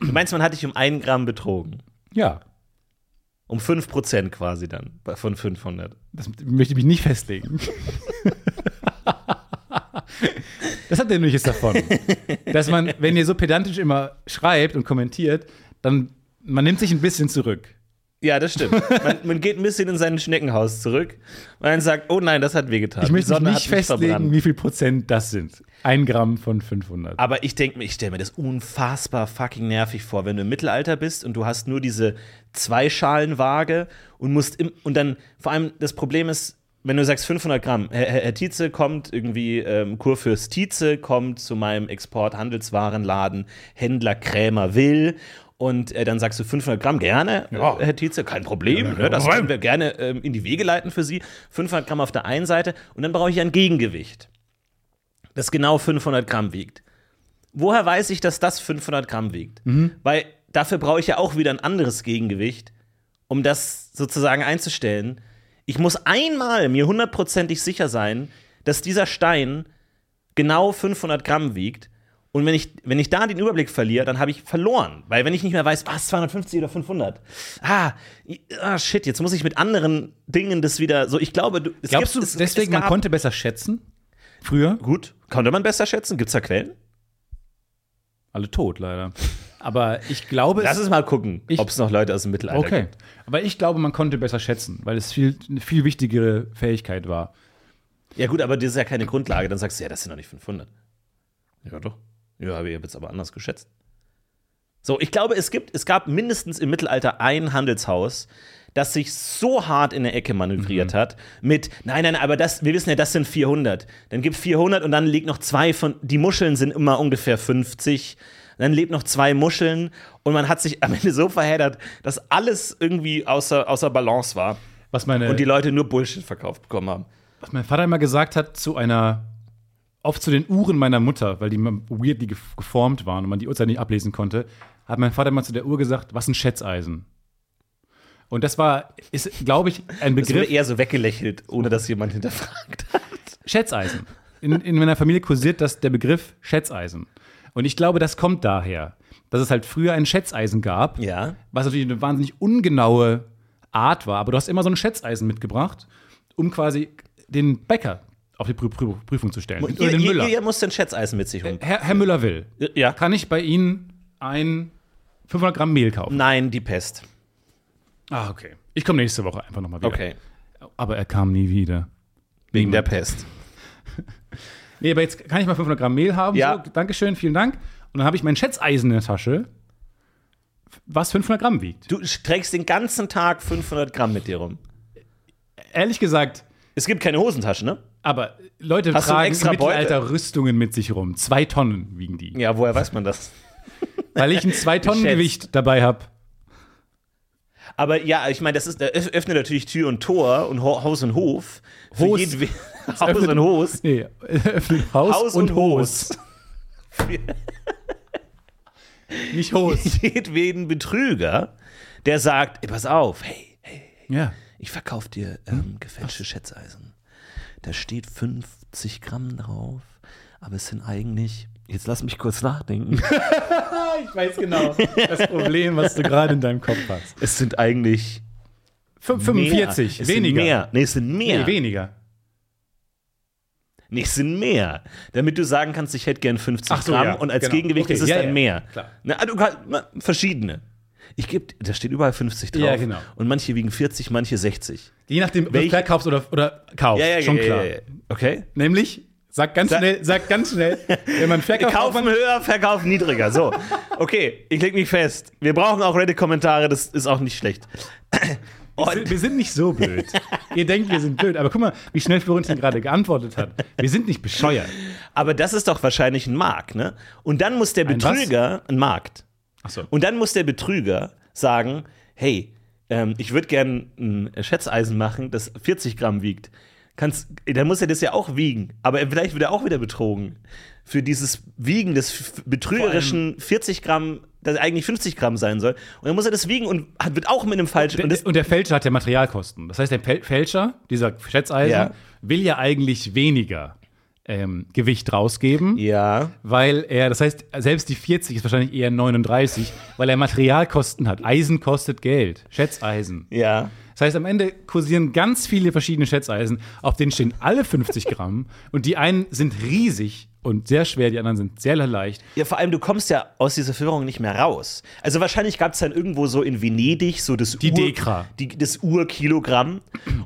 Du meinst, man hat dich um einen Gramm betrogen.
Ja,
Um 5% quasi dann. bei- Von 500.
das möchte ich mich nicht festlegen. Das hat ihr nämlich jetzt davon. Dass man, wenn ihr so pedantisch immer schreibt und kommentiert, dann man nimmt sich ein bisschen zurück.
Ja, das stimmt. Man, man geht ein bisschen in sein Schneckenhaus zurück und dann sagt, oh nein, das hat wehgetan.
Ich
Die
möchte
Sonne
mich
hat
nicht festlegen,
verbrannt.
wie viel Prozent das sind. Ein Gramm von 500.
Aber ich denke mir, ich stelle mir das unfassbar fucking nervig vor, wenn du im Mittelalter bist und du hast nur diese Zweischalenwaage und musst im, und dann vor allem das Problem ist, wenn du sagst 500 Gramm, Herr, Herr Herr Tietze kommt irgendwie, ähm, Kurfürst Tietze kommt zu meinem Exporthandelswarenladen, Händler Krämer will und äh, dann sagst du 500 Gramm, gerne,
Ja.
äh, Herr Tietze, kein Problem, ne, das können wir gerne ähm, in die Wege leiten für Sie. 500 Gramm auf der einen Seite und dann brauche ich ein Gegengewicht, das genau 500 Gramm wiegt woher weiß ich, dass das 500 Gramm wiegt?
Mhm.
Weil dafür brauche ich ja auch wieder ein anderes Gegengewicht, um das sozusagen einzustellen. Ich muss einmal mir hundertprozentig sicher sein, dass dieser Stein genau 500 Gramm wiegt. Und wenn ich, wenn ich da den Überblick verliere, dann habe ich verloren. Weil wenn ich nicht mehr weiß, was, 250 oder 500? Ah, i- ah, shit, jetzt muss ich mit anderen Dingen das wieder so, ich glaube, du, es
Glaubst
gibt-
du,
es-
deswegen,
es
man
gab-
konnte besser schätzen? Früher?
Gut, konnte man besser schätzen? Gibt es da Quellen?
Alle tot, leider. Aber ich glaube,
Lass
es
uns mal gucken,
Ich-
ob es noch Leute aus dem Mittelalter gibt.
Okay. Aber ich glaube, man konnte besser schätzen, weil es viel, eine viel wichtigere Fähigkeit war.
Ja, gut, aber das ist ja keine Grundlage. Dann sagst du, ja, das sind doch nicht 500. Ja, doch. Ja, aber ich habe jetzt aber anders geschätzt. So, ich glaube, es gibt, es gab mindestens im Mittelalter ein Handelshaus, das sich so hart in der Ecke manövriert hat mit, nein, nein, aber das, wir wissen ja, das sind 400. Dann gibt 400 und dann liegt noch zwei von, die Muscheln sind immer ungefähr 50. Dann lebt noch zwei Muscheln und man hat sich am Ende so verheddert, dass alles irgendwie außer, außer Balance war
Was, meine,
und die Leute nur Bullshit verkauft bekommen haben.
was mein Vater immer gesagt hat zu einer, oft zu den Uhren meiner Mutter, weil die immer weirdly gef- geformt waren und man die Uhrzeit nicht ablesen konnte, hat mein Vater immer zu der Uhr gesagt, was ein Schätzeisen. Und das war, ist, glaube ich,
Es
ein
wurde
Begriff.
eher so weggelächelt, ohne dass jemand hinterfragt hat.
Schätzeisen. In, in meiner Familie kursiert das, der Begriff Schätzeisen. Und ich glaube, das kommt daher, dass es halt früher ein Schätzeisen gab.
Ja.
was natürlich eine wahnsinnig ungenaue Art war, aber du hast immer so ein Schätzeisen mitgebracht, um quasi den Bäcker auf die Prü Prü Prüfung zu stellen. Oder
Ihr,
den
ihr,
Müller.
ihr muss den Schätzeisen mit sich rum.
Herr, Herr Müller will.
Äh, Ja.
Kann ich bei Ihnen ein 500 Gramm Mehl kaufen?
Nein, die Pest.
Ah, okay. Ich komme nächste Woche einfach nochmal wieder.
Okay.
Aber er kam nie wieder.
Wegen der Pest.
Nee, aber jetzt kann ich mal 500 Gramm Mehl haben.
Ja.
So, Dankeschön, vielen Dank. Und dann habe ich mein Schätzeisen in der Tasche, was 500 Gramm wiegt.
Du trägst den ganzen Tag 500 Gramm mit dir rum.
Ehrlich gesagt,
Es gibt keine Hosentasche, ne?
Aber Leute
Hast du
tragen
extra
im
Beute?
Mittelalter Rüstungen mit sich rum. Zwei Tonnen wiegen die.
Ja, woher weiß man das?
Weil ich ein Zwei-Tonnen-Gewicht dabei habe.
Aber ja, ich meine, das ist, das öffnet natürlich Tür und Tor und Ho Haus und Hof. Für
Hos.
jeden We- Haus
öffnet-
und Hos.
Nee, öffnet Haus,
Haus
und
und
Hos. Nicht Hos.
Jedweden Betrüger, der sagt, ey, pass auf, hey,
ja.
ich verkaufe
Hm?
dir ähm, gefälschte Schätzeisen. Da steht 50 Gramm drauf. aber es sind eigentlich, jetzt lass mich kurz nachdenken,
Ich weiß genau das Problem, was du gerade in deinem Kopf hast.
es sind eigentlich
Fünf- 45,
mehr. Es
weniger.
Sind mehr. Nee, es sind mehr.
Nee, weniger.
Nee, es sind mehr. Damit du sagen kannst, ich hätte gern 50
Ach so,
Gramm
ja,
und als
genau.
Gegengewicht
Okay,
ist es
ja,
dann
ja,
mehr.
klar.
Na, ah, du kannst, na, verschiedene. Ich gebe, da steht überall 50 drauf.
Ja, genau.
Und manche wiegen 40, manche 60.
Je nachdem, ob du
Welch-
verkaufst oder, oder kaufst. schon klar.
Okay?
Nämlich, sag ganz
Sag-
schnell, sag ganz schnell, wenn man verkauft,
Kaufen höher, verkaufen niedriger. So. Okay, ich leg mich fest. Wir brauchen auch Reddit-Kommentare, das ist auch nicht schlecht.
Wir sind- wir sind nicht so blöd. Ihr denkt, wir sind blöd, aber guck mal, wie schnell Florentin gerade geantwortet hat. Wir sind nicht bescheuert.
Aber das ist doch wahrscheinlich ein Markt, ne? Und dann muss der
Ein was?
Betrüger, ein Markt.
Achso.
Und dann muss der Betrüger sagen, hey, ähm, ich würde gern ein Schätzeisen machen, das 40 Gramm wiegt. Kannst, dann muss er das ja auch wiegen. Aber er- vielleicht wird er auch wieder betrogen. Für dieses Wiegen des f- betrügerischen 40 Gramm, das eigentlich 50 Gramm sein soll. Und dann muss er das wiegen und hat, wird auch mit einem falschen.
Der,
Und das,
und der Fälscher hat ja Materialkosten. Das heißt, der Fel- Fälscher, dieser Schätzeisen,
Ja.
will ja eigentlich weniger ähm, Gewicht rausgeben,
ja.
weil er, das heißt, selbst die 40 ist wahrscheinlich eher 39, weil er Materialkosten hat. Eisen kostet Geld. Schätzeisen.
Ja.
Das heißt, am Ende kursieren ganz viele verschiedene Schätzeisen, auf denen stehen alle 50 Gramm und die einen sind riesig und sehr schwer, die anderen sind sehr leicht.
Ja, vor allem, du kommst ja aus dieser Verwirrung nicht mehr raus. Also wahrscheinlich gab es dann irgendwo so in Venedig so das,
Die Dekra.
Die, das Urkilogramm.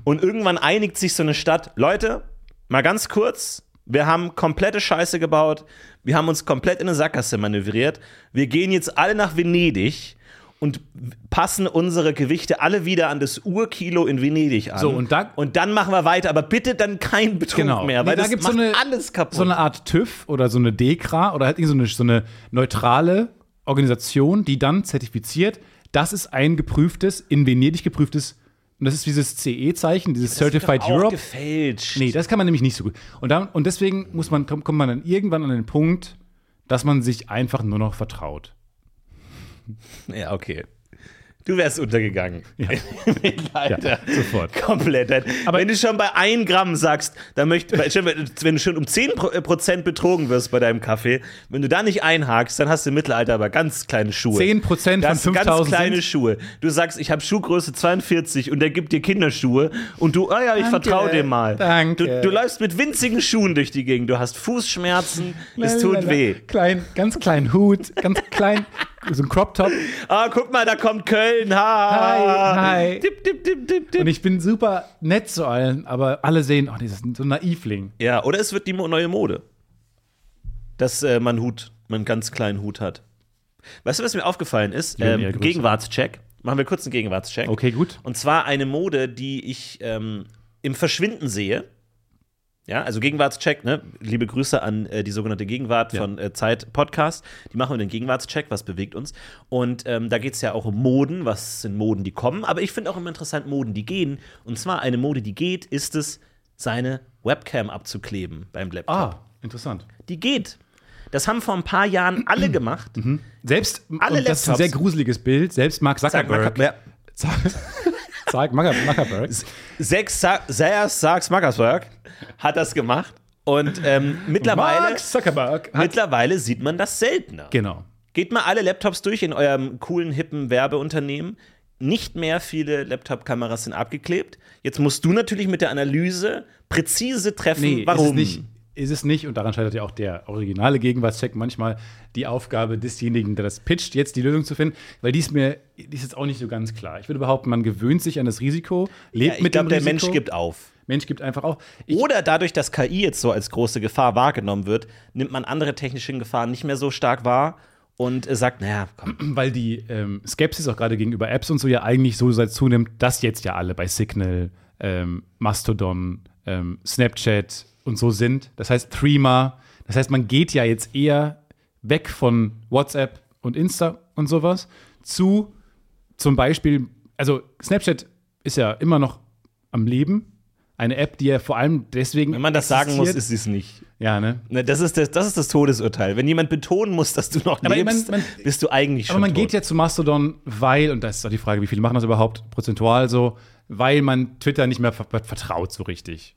Und irgendwann einigt sich so eine Stadt, Leute, mal ganz kurz, wir haben komplette Scheiße gebaut, wir haben uns komplett in eine Sackgasse manövriert, wir gehen jetzt alle nach Venedig und passen unsere Gewichte alle wieder an das Urkilo in Venedig an.
So, und da- Genau.
dann machen wir weiter, aber bitte dann kein Betrug mehr,
Nee,
weil
da
das
gibt's
macht
so eine,
alles kaputt.
So eine Art TÜV oder so eine DEKRA oder halt irgend so eine, so eine neutrale Organisation, die dann zertifiziert, das ist ein geprüftes, in Venedig geprüftes, und das ist dieses CE-Zeichen, dieses Certified
auch
Europe.
gefälscht.
Nee, das kann man nämlich nicht so gut. Und, dann, und deswegen muss man, kommt, kommt man dann irgendwann an den Punkt, dass man sich einfach nur noch vertraut.
Ja, okay. Du wärst untergegangen. Ja. Leider.
sofort.
Komplett.
Aber-
wenn du schon bei 1 Gramm sagst, dann möchte, weil- wenn du schon um 10% betrogen wirst bei deinem Kaffee, wenn du da nicht einhakst, dann hast du im Mittelalter aber ganz kleine Schuhe.
10% von
das sind
5000
ganz
sind-
kleine Schuhe. Du sagst, ich habe Schuhgröße 42 und der gibt dir Kinderschuhe und du, ah ja, ich
Danke,
vertraue dem mal.
danke.
Du, du läufst mit winzigen Schuhen durch die Gegend. Du hast Fußschmerzen, es tut
Lalala.
weh.
Klein, ganz kleinen Hut, ganz klein, so ein Crop Top.
Ah, guck mal, da kommt Köln. Ha.
Hi, hi.
Dip, dip, dip, dip, dip.
Und ich bin super nett zu allen, aber alle sehen, oh, die sind so ein Naivling.
Ja, oder es wird die mo- neue Mode. Dass äh, man Hut, man einen ganz kleinen Hut hat. Weißt du, was mir aufgefallen ist?
Julia,
Ähm,
Grüße.
Gegenwartscheck. Machen wir kurz einen Gegenwartscheck.
Okay, gut.
Und zwar eine Mode, die ich ähm, im Verschwinden sehe. Ja, also Gegenwartscheck, ne? Liebe Grüße an äh, die sogenannte Gegenwart von äh, Zeit Podcast. Die machen den Gegenwartscheck, was bewegt uns. Und ähm, da geht es ja auch um Moden, was sind Moden, die kommen. Aber ich finde auch immer interessant Moden, die gehen. Und zwar eine Mode, die geht, ist es, seine Webcam abzukleben beim Laptop.
Ah, interessant.
Die geht. Das haben vor ein paar Jahren alle gemacht.
Selbst,
Alle
und das ist ein
Laptops.
sehr gruseliges Bild, selbst Mark Zuckerberg.
Zuckerberg.
Sag Mark Zuckerberg.
Zack Sa- Zack Zuckerberg hat das gemacht. Und ähm, mittlerweile,
Mark Zuckerberg. Hat,
mittlerweile sieht man das seltener.
genau.
Geht mal alle Laptops durch in eurem coolen, hippen Werbeunternehmen. Nicht mehr viele Laptop-Kameras sind abgeklebt. Jetzt musst du natürlich mit der Analyse präzise treffen, warum.
Ist es, nicht, ist es nicht, und daran scheitert ja auch der originale Gegenwartscheck manchmal, die Aufgabe desjenigen, der das pitcht, jetzt die Lösung zu finden, weil die ist mir die ist jetzt auch nicht so ganz klar. Ich würde behaupten, man gewöhnt sich an das Risiko,
ja,
lebt
ich
mit
glaube,
dem
der
Risiko.
Mensch gibt auf.
Mensch gibt einfach auch. Ich,
Oder dadurch, dass KI jetzt so als große Gefahr wahrgenommen wird, nimmt man andere technische Gefahren nicht mehr so stark wahr und äh, sagt, naja, komm.
weil die ähm, Skepsis auch gerade gegenüber Apps und so ja eigentlich so seit zunimmt, dass jetzt ja alle bei Signal, ähm, Mastodon, ähm, Snapchat und so sind. Das heißt Threema. Das heißt, man geht ja jetzt eher weg von WhatsApp und Insta und sowas zu zum Beispiel, also Snapchat ist ja immer noch am Leben. Eine App, die ja vor allem deswegen.
Wenn man das sagen muss,
existiert-
ist es nicht.
Ja, ne?
Ne, Das ist das, das ist das Todesurteil. Wenn jemand betonen muss, dass du noch
Aber
lebst,
man- man-
bist du eigentlich schon
Aber man
tot.
geht ja zu Mastodon, weil, und das ist auch die Frage, wie viele machen das überhaupt prozentual so, weil man Twitter nicht mehr ver vertraut so richtig.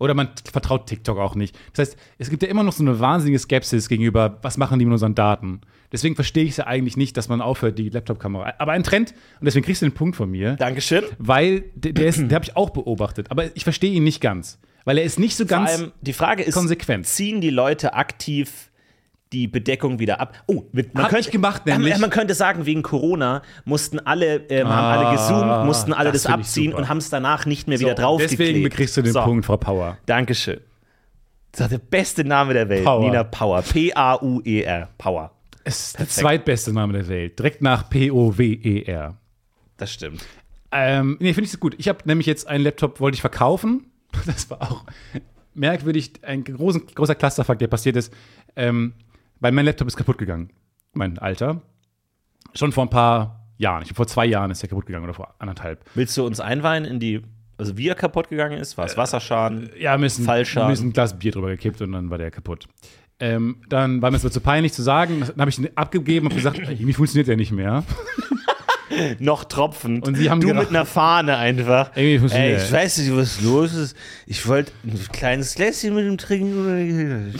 Oder man vertraut TikTok auch nicht. Das heißt, es gibt ja immer noch so eine wahnsinnige Skepsis gegenüber, was machen die mit unseren Daten. Deswegen verstehe ich es ja eigentlich nicht, dass man aufhört, die Laptop-Kamera. Aber ein Trend, und deswegen kriegst du den Punkt von mir,
Dankeschön.
weil der, der, ist- den habe ich auch beobachtet. Aber ich verstehe ihn nicht ganz. Weil er ist nicht so
Vor
ganz.
allem, die Frage ist,
konsequent.
ziehen die Leute aktiv die Bedeckung wieder ab? Oh, mit- man
Hab
könnte,
ich gemacht,
Ja,
nämlich.
Man könnte sagen, wegen Corona mussten alle, ähm, haben
Ah,
alle gezoomt, mussten alle
das
das,
find ich
abziehen
super.
und haben es danach nicht mehr
So,
wieder draufgeklebt.
deswegen bekriegst du den
so,
Punkt, Frau Power.
Dankeschön. Das ist der beste Name der Welt.
Power.
Nina Power. P-A-U-E-R. E Power.
Es ist der zweitbeste Name der Welt. Direkt nach P-O-W-E-R.
Das stimmt.
Ähm, nee, finde ich es gut. Ich habe nämlich jetzt einen Laptop, wollte ich verkaufen. Das war auch merkwürdig, ein großen, großer Clusterfuck, der passiert ist. Ähm, weil mein Laptop ist kaputt gegangen. Mein alter. Schon vor ein paar Jahren. Ich glaub, vor zwei Jahren ist der kaputt gegangen oder vor anderthalb.
Willst du uns einweihen in die, also wie er kaputt gegangen ist? War
Äh,
es Wasserschaden?
Ja, mir ist ein,
Fallschaden.
mir ist ein Glas Bier drüber gekippt und dann war der kaputt. Ähm, dann war mir es aber zu peinlich zu sagen. Dann habe ich ihn abgegeben und gesagt, irgendwie funktioniert der nicht mehr.
noch tropfend.
Und sie haben
du
gedacht-
mit einer Fahne einfach.
Irgendwie funktioniert
Ey,
das.
ich weiß nicht, was los ist. Ich wollte ein kleines Gläschen mit ihm trinken.
Und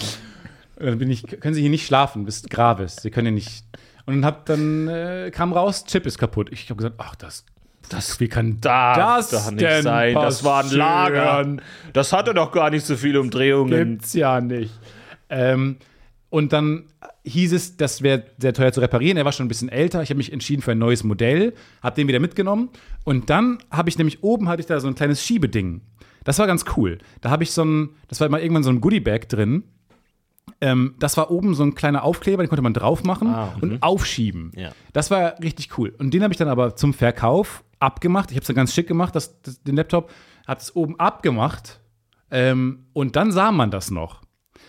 dann Äh, bin ich, können Sie hier nicht schlafen, bis Gravis. Sie können hier nicht. Und dann hab dann äh, kam raus, Chip ist kaputt. Ich habe gesagt, ach das, das, wie kann
Darf
das
doch nicht
denn
sein. Das war ein Lager.
passieren?
Das hatte doch gar nicht so viele Umdrehungen.
Gibt's ja nicht. Ähm, und dann hieß es, das wäre sehr teuer zu reparieren. Er war schon ein bisschen älter. Ich habe mich entschieden für ein neues Modell, habe den wieder mitgenommen. Und dann habe ich nämlich oben hatte ich da so ein kleines Schiebeding. Das war ganz cool. Da habe ich so ein, das war mal irgendwann so ein Goodiebag drin. Ähm, das war oben so ein kleiner Aufkleber, den konnte man drauf machen und aufschieben.
Ja.
Das war richtig cool. Und den habe ich dann aber zum Verkauf abgemacht. Ich habe es dann ganz schick gemacht, das, das, den Laptop, habe es oben abgemacht ähm, und dann sah man das noch.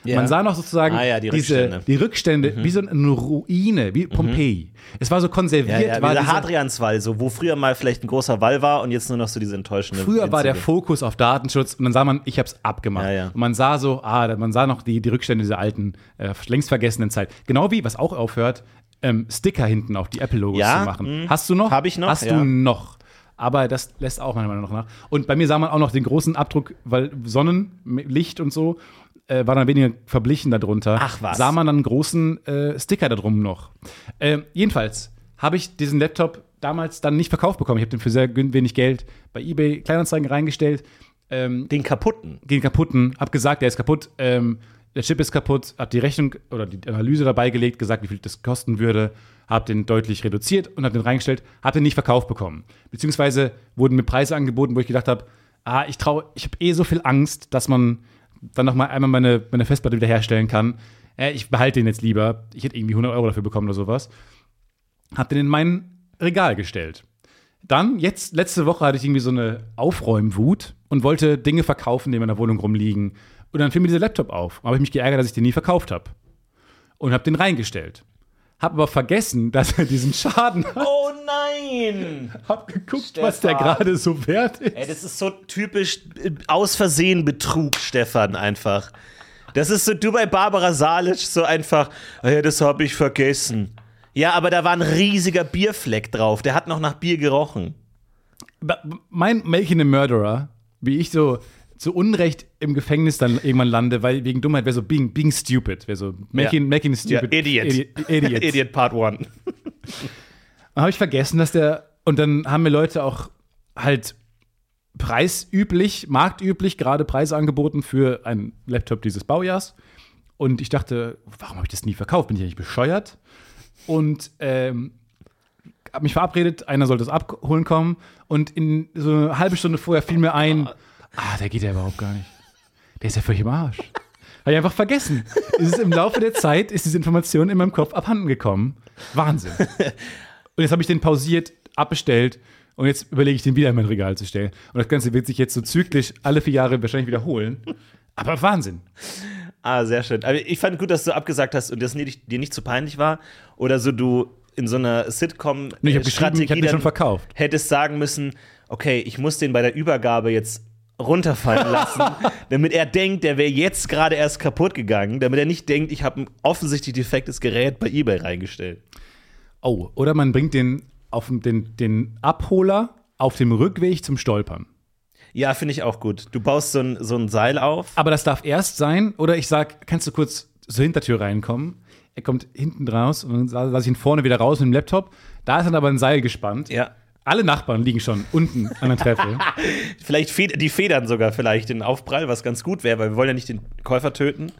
Man sah noch sozusagen
Ah ja, die
die diese,
Rückstände. Mhm.
Rückstände. die Rückstände wie so eine Ruine, wie Pompeji. Es war so
Ja,
konserviert.
ja,
war
dieser
diese-
Hadrianswall, so, wo früher mal vielleicht ein großer Wall war und jetzt nur noch so diese enttäuschende.
Früher war der
winzige.
Fokus auf Datenschutz und dann sah man, ich habe es abgemacht.
Ja, ja.
Und man sah so, ah, da- man sah noch die, die Rückstände dieser alten, äh, längst vergessenen Zeit. Genau wie, was auch aufhört, ähm, Sticker hinten auf die Apple-Logos
Ja,
zu machen.
mh.
Hast du noch?
Hab ich noch,
Hast
ja.
du noch. Aber das lässt auch meiner Meinung nach nach. Und bei mir sah man auch noch den großen Abdruck, weil Sonnenlicht und so äh, war dann weniger verblichen darunter.
Ach was.
Sah man dann einen großen äh, Sticker da drum noch. Ähm, jedenfalls habe ich diesen Laptop damals dann nicht verkauft bekommen. Ich habe den für sehr gün- wenig Geld bei eBay Kleinanzeigen reingestellt. Ähm,
Den kaputten.
den kaputten, hm, hab gesagt, der ist kaputt, ähm, der Chip ist kaputt, hab die Rechnung oder die Analyse dabei gelegt, gesagt, wie viel das kosten würde, hab den deutlich reduziert und hab den reingestellt, hab den nicht verkauft bekommen. Beziehungsweise wurden mir Preise angeboten, wo ich gedacht habe, ah, ich traue, ich habe eh so viel Angst, dass man dann nochmal einmal meine, meine Festplatte wiederherstellen kann. Äh, ich behalte den jetzt lieber. Ich hätte irgendwie 100 Euro dafür bekommen oder sowas. Hab den in mein Regal gestellt. Dann, jetzt, letzte Woche hatte ich irgendwie so eine Aufräumwut und wollte Dinge verkaufen, die in meiner Wohnung rumliegen. Und dann fiel mir dieser Laptop auf. Und habe ich mich geärgert, dass ich den nie verkauft habe. Und habe den reingestellt. Habe aber vergessen, dass er diesen Schaden hat.
Oh nein!
Habe geguckt, was der
Stefan.
gerade so wert ist.
Ey, das ist so typisch äh, aus Versehen Betrug, Stefan, einfach. Das ist so, du bei Barbara Salisch so einfach, "Ah ja, das habe ich vergessen. Ja, aber da war ein riesiger Bierfleck drauf. Der hat noch nach Bier gerochen.
Ba- mein Making a Murderer, wie ich so zu Unrecht im Gefängnis dann irgendwann lande, weil wegen Dummheit wäre so being, being stupid, wäre so making, making a stupid
Ja, Idiot.
Idi Idiot.
Idiot Part 1.
Dann habe ich vergessen, dass der und dann haben mir Leute auch halt preisüblich, marktüblich gerade Preise angeboten für einen Laptop dieses Baujahrs und ich dachte, warum habe ich das nie verkauft? Bin ich eigentlich bescheuert? Und ähm, habe mich verabredet, einer sollte es abholen kommen und in so eine halbe Stunde vorher fiel mir ein, ah, der geht ja überhaupt gar nicht. Der ist ja völlig im Arsch. Habe ich einfach vergessen. Es ist im Laufe der Zeit ist diese Information in meinem Kopf abhanden gekommen. Wahnsinn. Und jetzt habe ich den pausiert, abbestellt und jetzt überlege ich den wieder in mein Regal zu stellen. Und das Ganze wird sich jetzt so zyklisch alle vier Jahre wahrscheinlich wiederholen. Aber Wahnsinn.
Ah, sehr schön. Aber ich fand gut, dass du abgesagt hast und das nicht, dir nicht zu peinlich war. Oder so du in so einer Sitcom
Nee, ich hab
äh,
geschrieben, ich hab den
dann
schon verkauft.
hättest sagen müssen, okay, ich muss den bei der Übergabe jetzt runterfallen lassen, damit er denkt, der wäre jetzt gerade erst kaputt gegangen, damit er nicht denkt, ich habe ein offensichtlich defektes Gerät bei eBay reingestellt.
Oh, oder man bringt den auf den, den Abholer auf dem Rückweg zum Stolpern.
Ja, finde ich auch gut. Du baust so ein, so ein Seil auf.
Aber das darf erst sein. Oder ich sag, kannst du kurz zur Hintertür reinkommen? Er kommt hinten raus und dann lasse ich ihn vorne wieder raus mit dem Laptop. Da ist dann aber ein Seil gespannt.
Ja.
Alle Nachbarn liegen schon unten an der Treppe.
Vielleicht fed die Federn sogar vielleicht in Aufprall, was ganz gut wäre, weil wir wollen ja nicht den Käufer töten,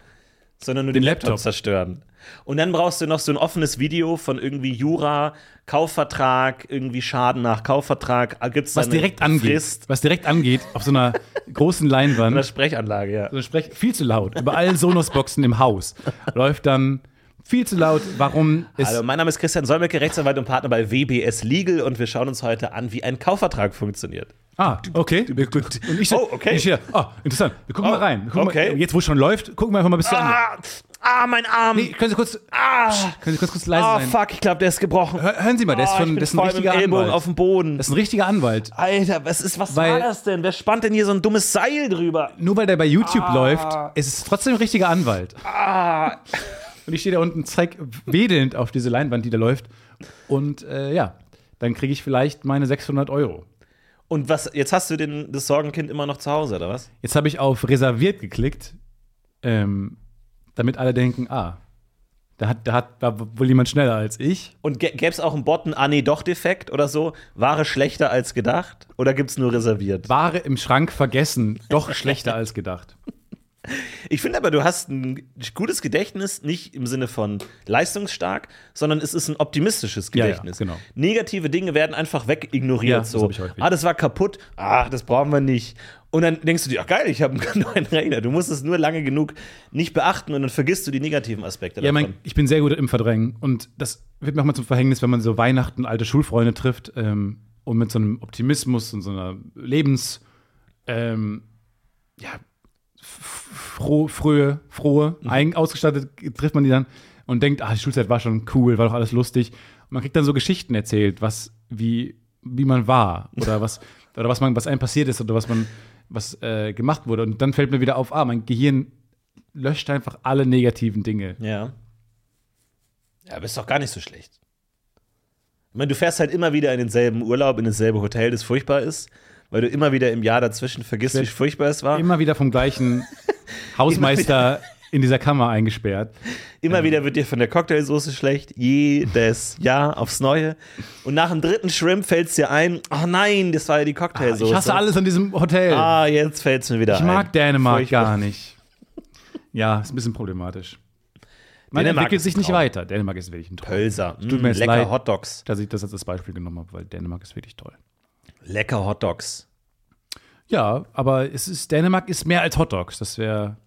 sondern nur den, Laptop.
Laptop.
zerstören. Und dann brauchst du noch so ein offenes Video von irgendwie Jura, Kaufvertrag, irgendwie Schaden nach Kaufvertrag. Ah, Gibt's da
Was
eine
direkt angeht.
Frist
Was direkt angeht, auf so einer großen Leinwand.
oder Sprechanlage, ja.
Also sprech viel zu laut. Über allen Sonos-Boxen im Haus läuft dann viel zu laut, warum es
Hallo, Also, mein Name ist Christian Solmecke, Rechtsanwalt und Partner bei WBS Legal und wir schauen uns heute an, wie ein Kaufvertrag funktioniert.
Ah, okay. Wir- gut. Und ich,
Oh, okay.
Ich, hier, ah, interessant. Wir gucken
Oh,
mal rein. Wir gucken
okay.
mal, jetzt, wo es schon läuft, gucken wir einfach mal bis zu Ende.
Ah, ah mein Arm!
Nee, können Sie kurz,
Ah,
können Sie kurz, kurz leise
ah
sein?
fuck, ich glaube, der ist gebrochen.
Hör, hören Sie mal, der ist,
Ah, ich
von,
bin
der ist ein
voll mit dem
richtiger
Ellbogen
Anwalt.
auf dem Boden.
Das ist ein richtiger Anwalt.
Alter, was ist, was
Weil-
war das denn? Wer spannt denn hier so ein dummes Seil drüber?
Nur weil der bei YouTube läuft, ist es trotzdem ein richtiger Anwalt. Und ich stehe da unten, zeig wedelnd auf diese Leinwand, die da läuft. Und äh, ja, dann kriege ich vielleicht meine 600 Euro.
Und was, jetzt hast du den, das Sorgenkind immer noch zu Hause, oder was?
Jetzt habe ich auf reserviert geklickt, ähm, damit alle denken, ah, da hat, da hat da war wohl jemand schneller als ich.
Und gä gäbe es auch einen Botten, ah nee, doch defekt oder so? Ware schlechter als gedacht? Oder gibt's nur reserviert?
Ware im Schrank vergessen, doch schlechter als gedacht.
Ich finde aber, du hast ein gutes Gedächtnis, nicht im Sinne von leistungsstark, sondern es ist ein optimistisches
Ja, ja,
Gedächtnis.
genau.
Negative Dinge werden einfach wegignoriert.
Ja, das
so.
hab ich häufig.
ah, das war kaputt. Ah, das brauchen wir nicht. Und dann denkst du dir, ach geil, ich habe einen neuen Rechner. Du musst es nur lange genug nicht beachten und dann vergisst du die negativen Aspekte
Ja,
davon.
mein, ich bin sehr gut im Verdrängen und das wird mir auch mal zum Verhängnis, wenn man so Weihnachten alte Schulfreunde trifft ähm, und mit so einem Optimismus und so einer Lebens, ähm, ja, froh, frühe, frohe, eigen ausgestattet trifft man die dann und denkt, ah, die Schulzeit war schon cool, war doch alles lustig. Und man kriegt dann so Geschichten erzählt, was, wie, wie man war oder was, oder was man, was einem passiert ist oder was man, was äh, gemacht wurde. Und dann fällt mir wieder auf, ah, mein Gehirn löscht einfach alle negativen Dinge.
Ja. Ja, aber ist doch gar nicht so schlecht. Ich meine, du fährst halt immer wieder in denselben Urlaub, in dasselbe Hotel, das furchtbar ist, weil du immer wieder im Jahr dazwischen vergisst, wie furchtbar es war.
immer wieder vom gleichen Hausmeister in dieser Kammer eingesperrt. Ähm.
Immer wieder wird dir von der Cocktailsoße schlecht, jedes Jahr aufs Neue. Und nach dem dritten Shrimp fällt es dir ein, ach nein, das war ja die Cocktailsoße.
Ah, Ich hasse alles an diesem Hotel.
Ah, jetzt fällt es mir wieder
ich
ein.
mag Dänemark
Furchtbar.
gar nicht. Ja, ist ein bisschen problematisch. Man
Dänemark
entwickelt
ist
sich
ein
nicht
Traum.
weiter. Dänemark ist wirklich ein Traum.
Pölser,
Tut
mm,
mir jetzt leid.
lecker Hotdogs.
Dass ich das als Beispiel genommen habe, weil Dänemark ist wirklich toll.
Lecker Hotdogs.
Ja, aber es ist, Dänemark ist mehr als Hot Dogs. Das wäre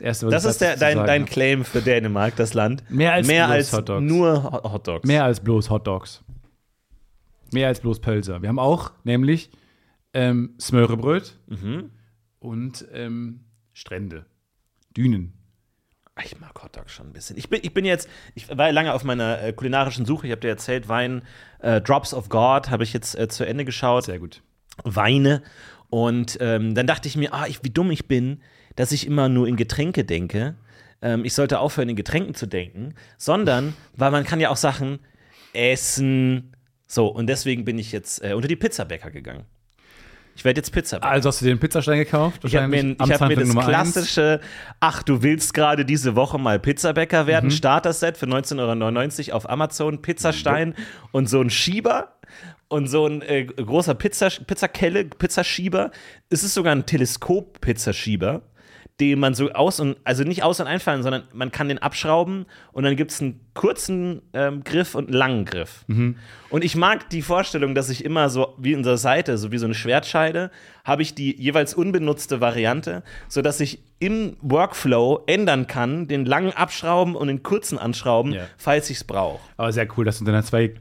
Also das Erste, was
Das
ich
ist
dazu
der,
zu
dein,
sagen
dein
habe.
Claim für Dänemark, das Land.
Mehr als
Mehr
bloß
als
Hotdogs.
nur Hot- Hotdogs.
Mehr als bloß Hot Dogs. Mehr als bloß Pölser. Wir haben auch nämlich ähm, Smörebröt
Mhm.
und ähm, Strände, Dünen.
Ah, Ich mag Hotdog schon ein bisschen. Ich bin, ich bin jetzt, ich war ja lange auf meiner äh, kulinarischen Suche. Ich habe dir erzählt, Wein, äh, Drops of God habe ich jetzt äh, zu Ende geschaut.
Sehr gut.
Weine. Und ähm, dann dachte ich mir, ah, ich, wie dumm ich bin, dass ich immer nur in Getränke denke. Ähm, ich sollte aufhören, in Getränken zu denken, sondern, weil man kann ja auch Sachen essen. So, und deswegen bin ich jetzt äh, unter die Pizzabäcker gegangen. Ich werde jetzt Pizzabäcker.
Also hast du dir einen Pizzastein gekauft?
Ich habe mir,
Wahrscheinlich
ich hab mir
Amtshandlung
das
Nummer eins.
klassische, ach, du willst gerade diese Woche mal Pizzabäcker
Mhm.
werden, Starter-Set für 19,99 Euro auf Amazon, Pizzastein und so ein Schieber und so ein äh, großer Pizza, Pizzakelle, Pizzaschieber. Es ist sogar ein Teleskop-Pizzaschieber, den man so aus und, also nicht aus- und einfallen, sondern man kann den abschrauben und dann gibt es einen kurzen ähm, Griff und einen langen Griff.
Mhm.
Und ich mag die Vorstellung, dass ich immer so wie in der Seite, so wie so eine Schwertscheide, habe ich die jeweils unbenutzte Variante, sodass ich im Workflow ändern kann, den langen abschrauben und den kurzen anschrauben,
Ja.
falls ich es brauche.
Aber sehr cool, dass du in deiner zwei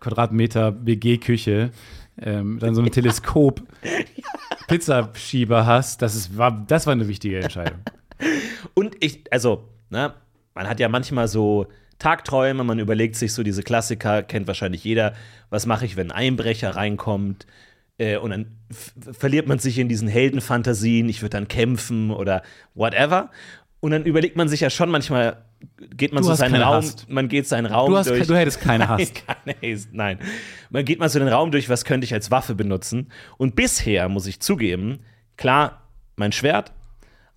Quadratmeter WG-Küche ähm, dann so ein Teleskop Pizzaschieber hast. Das, ist, war, das war eine wichtige Entscheidung.
Und ich, also, ne, man hat ja manchmal so Tagträume, man überlegt sich so diese Klassiker, kennt wahrscheinlich jeder, was mache ich, wenn ein Einbrecher reinkommt? Äh, und dann f- verliert man sich in diesen Heldenfantasien, ich würde dann kämpfen oder whatever. Und dann überlegt man sich ja schon manchmal, geht man
Du
so
hast
seinen
keine
Raum,
Hast.
man geht seinen Raum
Du hast ke-
durch.
du hättest keine
Nein,
Hast.
keine Hast. Nein. Man geht mal so den Raum durch, was könnte ich als Waffe benutzen? Und bisher muss ich zugeben, klar, mein Schwert,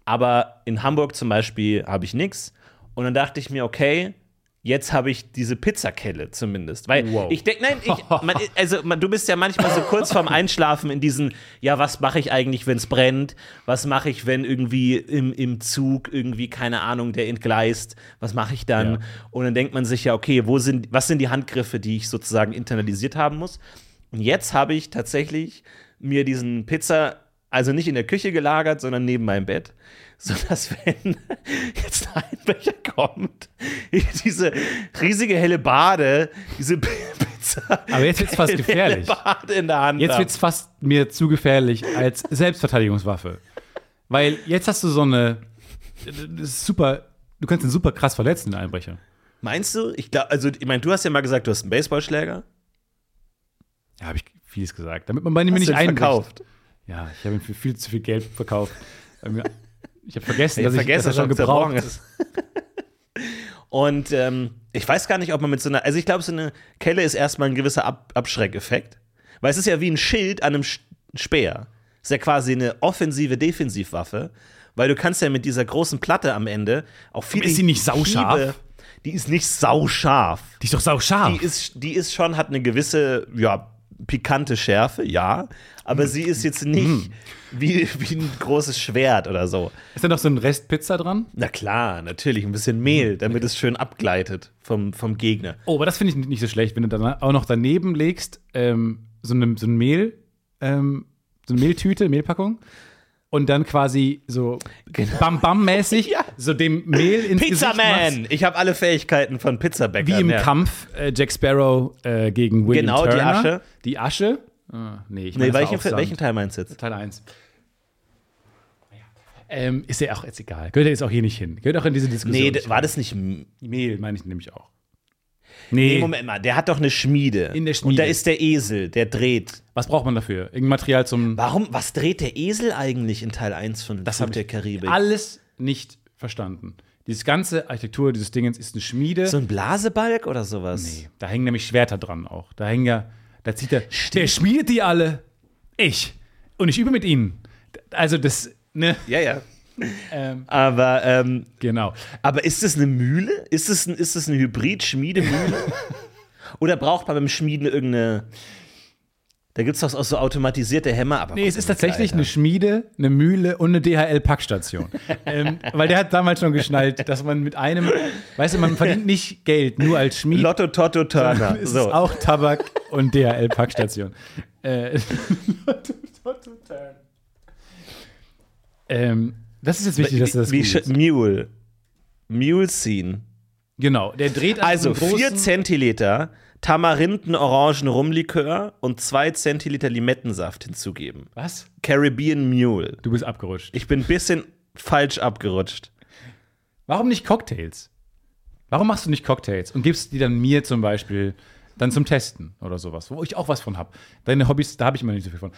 aber in Hamburg zum Beispiel habe ich nichts. Und dann dachte ich mir, okay, jetzt habe ich diese Pizzakelle zumindest. Weil
Wow.
ich denke, nein, ich, man, also man, du bist ja manchmal so kurz vorm Einschlafen in diesen, ja, was mache ich eigentlich, wenn es brennt? Was mache ich, wenn irgendwie im, im Zug irgendwie, keine Ahnung, der entgleist? Was mache ich dann?
Ja.
Und dann denkt man sich ja, okay, wo sind, was sind die Handgriffe, die ich sozusagen internalisiert haben muss? Und jetzt habe ich tatsächlich mir diesen Pizza, also nicht in der Küche gelagert, sondern neben meinem Bett, sodass, wenn jetzt ein Einbrecher kommt, ich diese riesige helle Bade, diese P- Pizza.
Aber jetzt wird's fast
helle
gefährlich.
Bade in der Hand.
Jetzt
habe.
wird es fast mir zu gefährlich als Selbstverteidigungswaffe. Weil jetzt hast du so eine. Das ist super. Du kannst ihn super krass verletzen, den Einbrecher.
Meinst du? Ich glaube, also ich meine, du hast ja mal gesagt, du hast einen Baseballschläger.
Ja, habe ich vieles gesagt. Damit man bei ihm nicht
den
einbricht.
verkauft?
Ja, ich habe ihn für viel zu viel Geld verkauft. Ähm, ja, Ich habe vergessen,
Ich
dass, ich,
vergesse
dass er schon gebraucht
zerbrochen
ist.
ist. Und ähm, ich weiß gar nicht, ob man mit so einer, also ich glaube, so eine Kelle ist erstmal ein gewisser Ab Abschreckeffekt, weil es ist ja wie ein Schild an einem Sch- Speer. Ist ja quasi eine offensive Defensivwaffe, weil du kannst ja mit dieser großen Platte am Ende auch viele
ist sie nicht sauscharf?
Hiebe- Die ist nicht sauscharf.
Die ist doch sauscharf.
Die ist, die ist schon, hat eine gewisse, ja, pikante Schärfe, ja,
Hm.
aber sie ist jetzt nicht wie, wie ein großes Schwert oder so.
Ist da noch so ein Rest Pizza dran?
Na klar, natürlich, ein bisschen
Hm.
Mehl, damit es schön abgleitet vom, vom Gegner.
Oh, aber das finde ich nicht- nicht so schlecht, wenn du dann auch noch daneben legst, ähm, so, eine, so ein Mehl, ähm, so eine Mehltüte, Mehlpackung. Und dann quasi so
Genau.
Bam-Bam-mäßig so dem Mehl ins Gesicht machst,
Pizzaman! Ich habe alle Fähigkeiten von Pizzabäcker.
Wie im
ja.
Kampf äh, Jack Sparrow äh, gegen William
Genau, die
Turner.
Asche.
Die Asche. Ah, nee, ich
Nee,
meine, das war
welchen,
auch Sand.
welchen Teil meinst du jetzt?
Teil 1. Ähm, ist ja auch jetzt egal. Gehört ja jetzt auch hier nicht hin. Gehört auch in diese Diskussion.
Nee,
nicht
d- war das nicht. M-
rein. Mehl meine ich nämlich auch.
Nee,
Nee,
Moment mal, der hat doch eine Schmiede.
In der
Und da
Schmiede.
ist der Esel, der dreht.
was braucht man dafür? Irgendein Material zum.
Warum, was dreht der Esel eigentlich in Teil 1 von das
hab
der Karibik?
Alles nicht verstanden. Dieses ganze Architektur dieses Dingens ist eine Schmiede.
So ein Blasebalg oder sowas?
nee, da hängen nämlich Schwerter dran auch. Da hängen ja, da zieht er. Der schmiedet die alle. Ich. Und ich übe mit ihnen. Also das, ne?
Ja, ja.
Ähm,
Aber, ähm,
genau.
aber ist das eine Mühle? Ist das ein, ist das ein Hybrid-Schmiedemühle? oder braucht man beim Schmieden irgendeine. Da gibt es doch auch so automatisierte Hämmer, aber.
Nee, es ist tatsächlich
Alter.
eine Schmiede, eine Mühle und eine DHL-Packstation. ähm, weil der hat damals schon geschnallt, dass man mit einem, weißt du, man verdient nicht Geld nur als Schmied.
Lotto Totto Turner.
Es
So.
ist auch Tabak und DHL-Packstation. äh, ähm, das ist jetzt wichtig, dass du das
Wie
googelst.
Sch- Mule. Mule Scene.
Genau, der dreht
Also
einen großen-
4 Zentiliter Tamarinden-Orangen-Rumlikör und 2 Zentiliter Limettensaft hinzugeben.
Was?
Caribbean Mule.
Du bist abgerutscht.
Ich bin ein bisschen falsch abgerutscht.
Warum nicht Cocktails? Warum machst du nicht Cocktails und gibst die dann mir zum Beispiel dann zum Testen oder sowas, wo ich auch was von habe? Deine Hobbys, da habe ich immer nicht so viel von.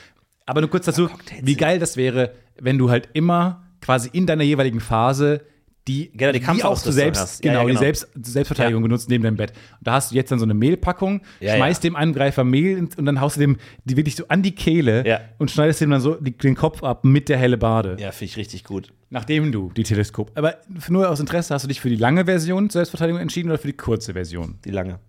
Aber nur kurz dazu, wie geil das wäre, wenn du halt immer quasi in deiner jeweiligen Phase die,
Genau, die
die auch
Kampfausrüstung
du selbst,
hast. Ja,
Genau,
ja,
die
genau.
selbst, zur Selbstverteidigung benutzt neben deinem Bett. Und da hast du jetzt dann so eine Mehlpackung,
Ja,
schmeißt
ja.
dem Angreifer Mehl ins- und dann haust du dem die wirklich so an die Kehle
Ja.
und schneidest dem dann so die, den Kopf ab mit der helle Bade.
Ja, finde ich richtig gut.
Nachdem du die Teleskop. Aber nur aus Interesse hast du dich für die lange Version zur Selbstverteidigung entschieden oder für die kurze Version?
Die lange.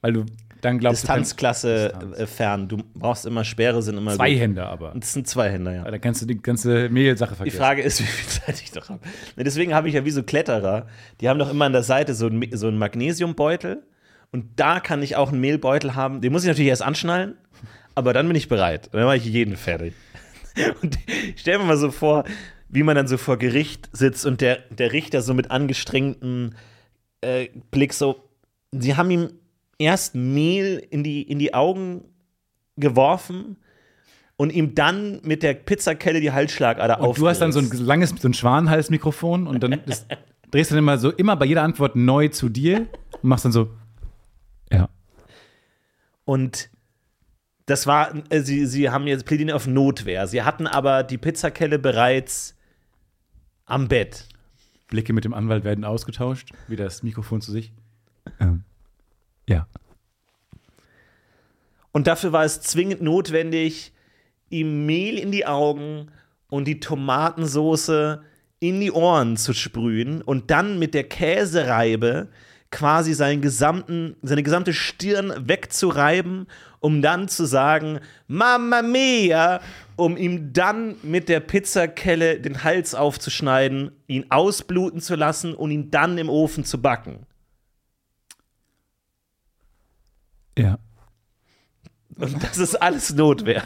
Weil du dann glaubst,
Distanzklasse äh, fern. Du brauchst immer Sperre, sind immer
du kannst zwei
gut.
Hände Also, aber.
Das sind zwei Hände, ja.
Da kannst du die ganze Mehlsache
Die
vergessen.
Frage ist, wie viel Zeit ich noch habe. Ne, Deswegen habe ich ja wie so Kletterer, die haben doch immer an der Seite so einen, so einen Magnesiumbeutel und da kann ich auch einen Mehlbeutel haben. Den muss ich natürlich erst anschnallen, aber dann bin ich bereit. Dann mache ich jeden fertig. Und ich stell mir mal so vor, wie man dann so vor Gericht sitzt und der, der Richter so mit angestrengtem äh, Blick so, sie haben ihm erst Mehl in die, in die Augen geworfen und ihm dann mit der Pizzakelle die Halsschlagader
Und du hast dann so ein
aufgerissen.
langes, so ein Schwanenhalsmikrofon und dann das, drehst du dann immer so immer bei jeder Antwort neu zu dir und machst dann so. Ja.
Und das war, äh, sie, sie haben jetzt plädiert auf Notwehr. Sie hatten aber die Pizzakelle bereits am Bett.
Blicke mit dem Anwalt werden ausgetauscht. Wieder das Mikrofon zu sich. Ähm, ja.
Und dafür war es zwingend notwendig, ihm Mehl in die Augen und die Tomatensoße in die Ohren zu sprühen und dann mit der Käsereibe quasi seinen gesamten, seine gesamte Stirn wegzureiben, um dann zu sagen, Mamma mia, um ihm dann mit der Pizzakelle den Hals aufzuschneiden, ihn ausbluten zu lassen und ihn dann im Ofen zu backen.
Ja.
Und das ist alles Notwehr.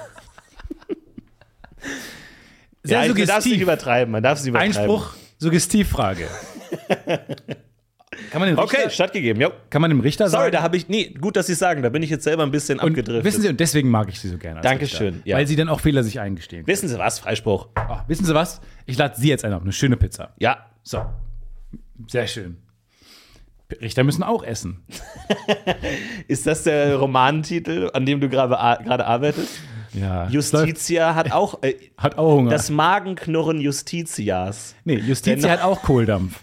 Sehr
ja, man darf es nicht
suggestiv.
übertreiben, man darf es nicht übertreiben.
Einspruch, Suggestivfrage. kann, man dem Richter,
Okay, stattgegeben. Jo.
kann man dem Richter
Sorry,
sagen?
da habe ich. Nee, gut, dass Sie es sagen. Da bin ich jetzt selber ein bisschen
und
abgedriftet.
wissen Sie, und deswegen mag ich Sie so gerne. als
Dankeschön,
Richter,
ja.
Weil Sie dann auch Fehler sich eingestehen.
wissen Sie was? Freispruch.
Ah, wissen Sie was? Ich lade Sie jetzt ein auf eine schöne Pizza.
Ja.
So. Sehr schön. Richter müssen auch essen.
Ist das der Romantitel, an dem du gerade ar- gerade arbeitest?
Ja. Läuft,
Justitia hat auch. Äh,
hat auch Hunger.
das Magenknurren Justitias.
nee, Justitia hat auch Kohldampf.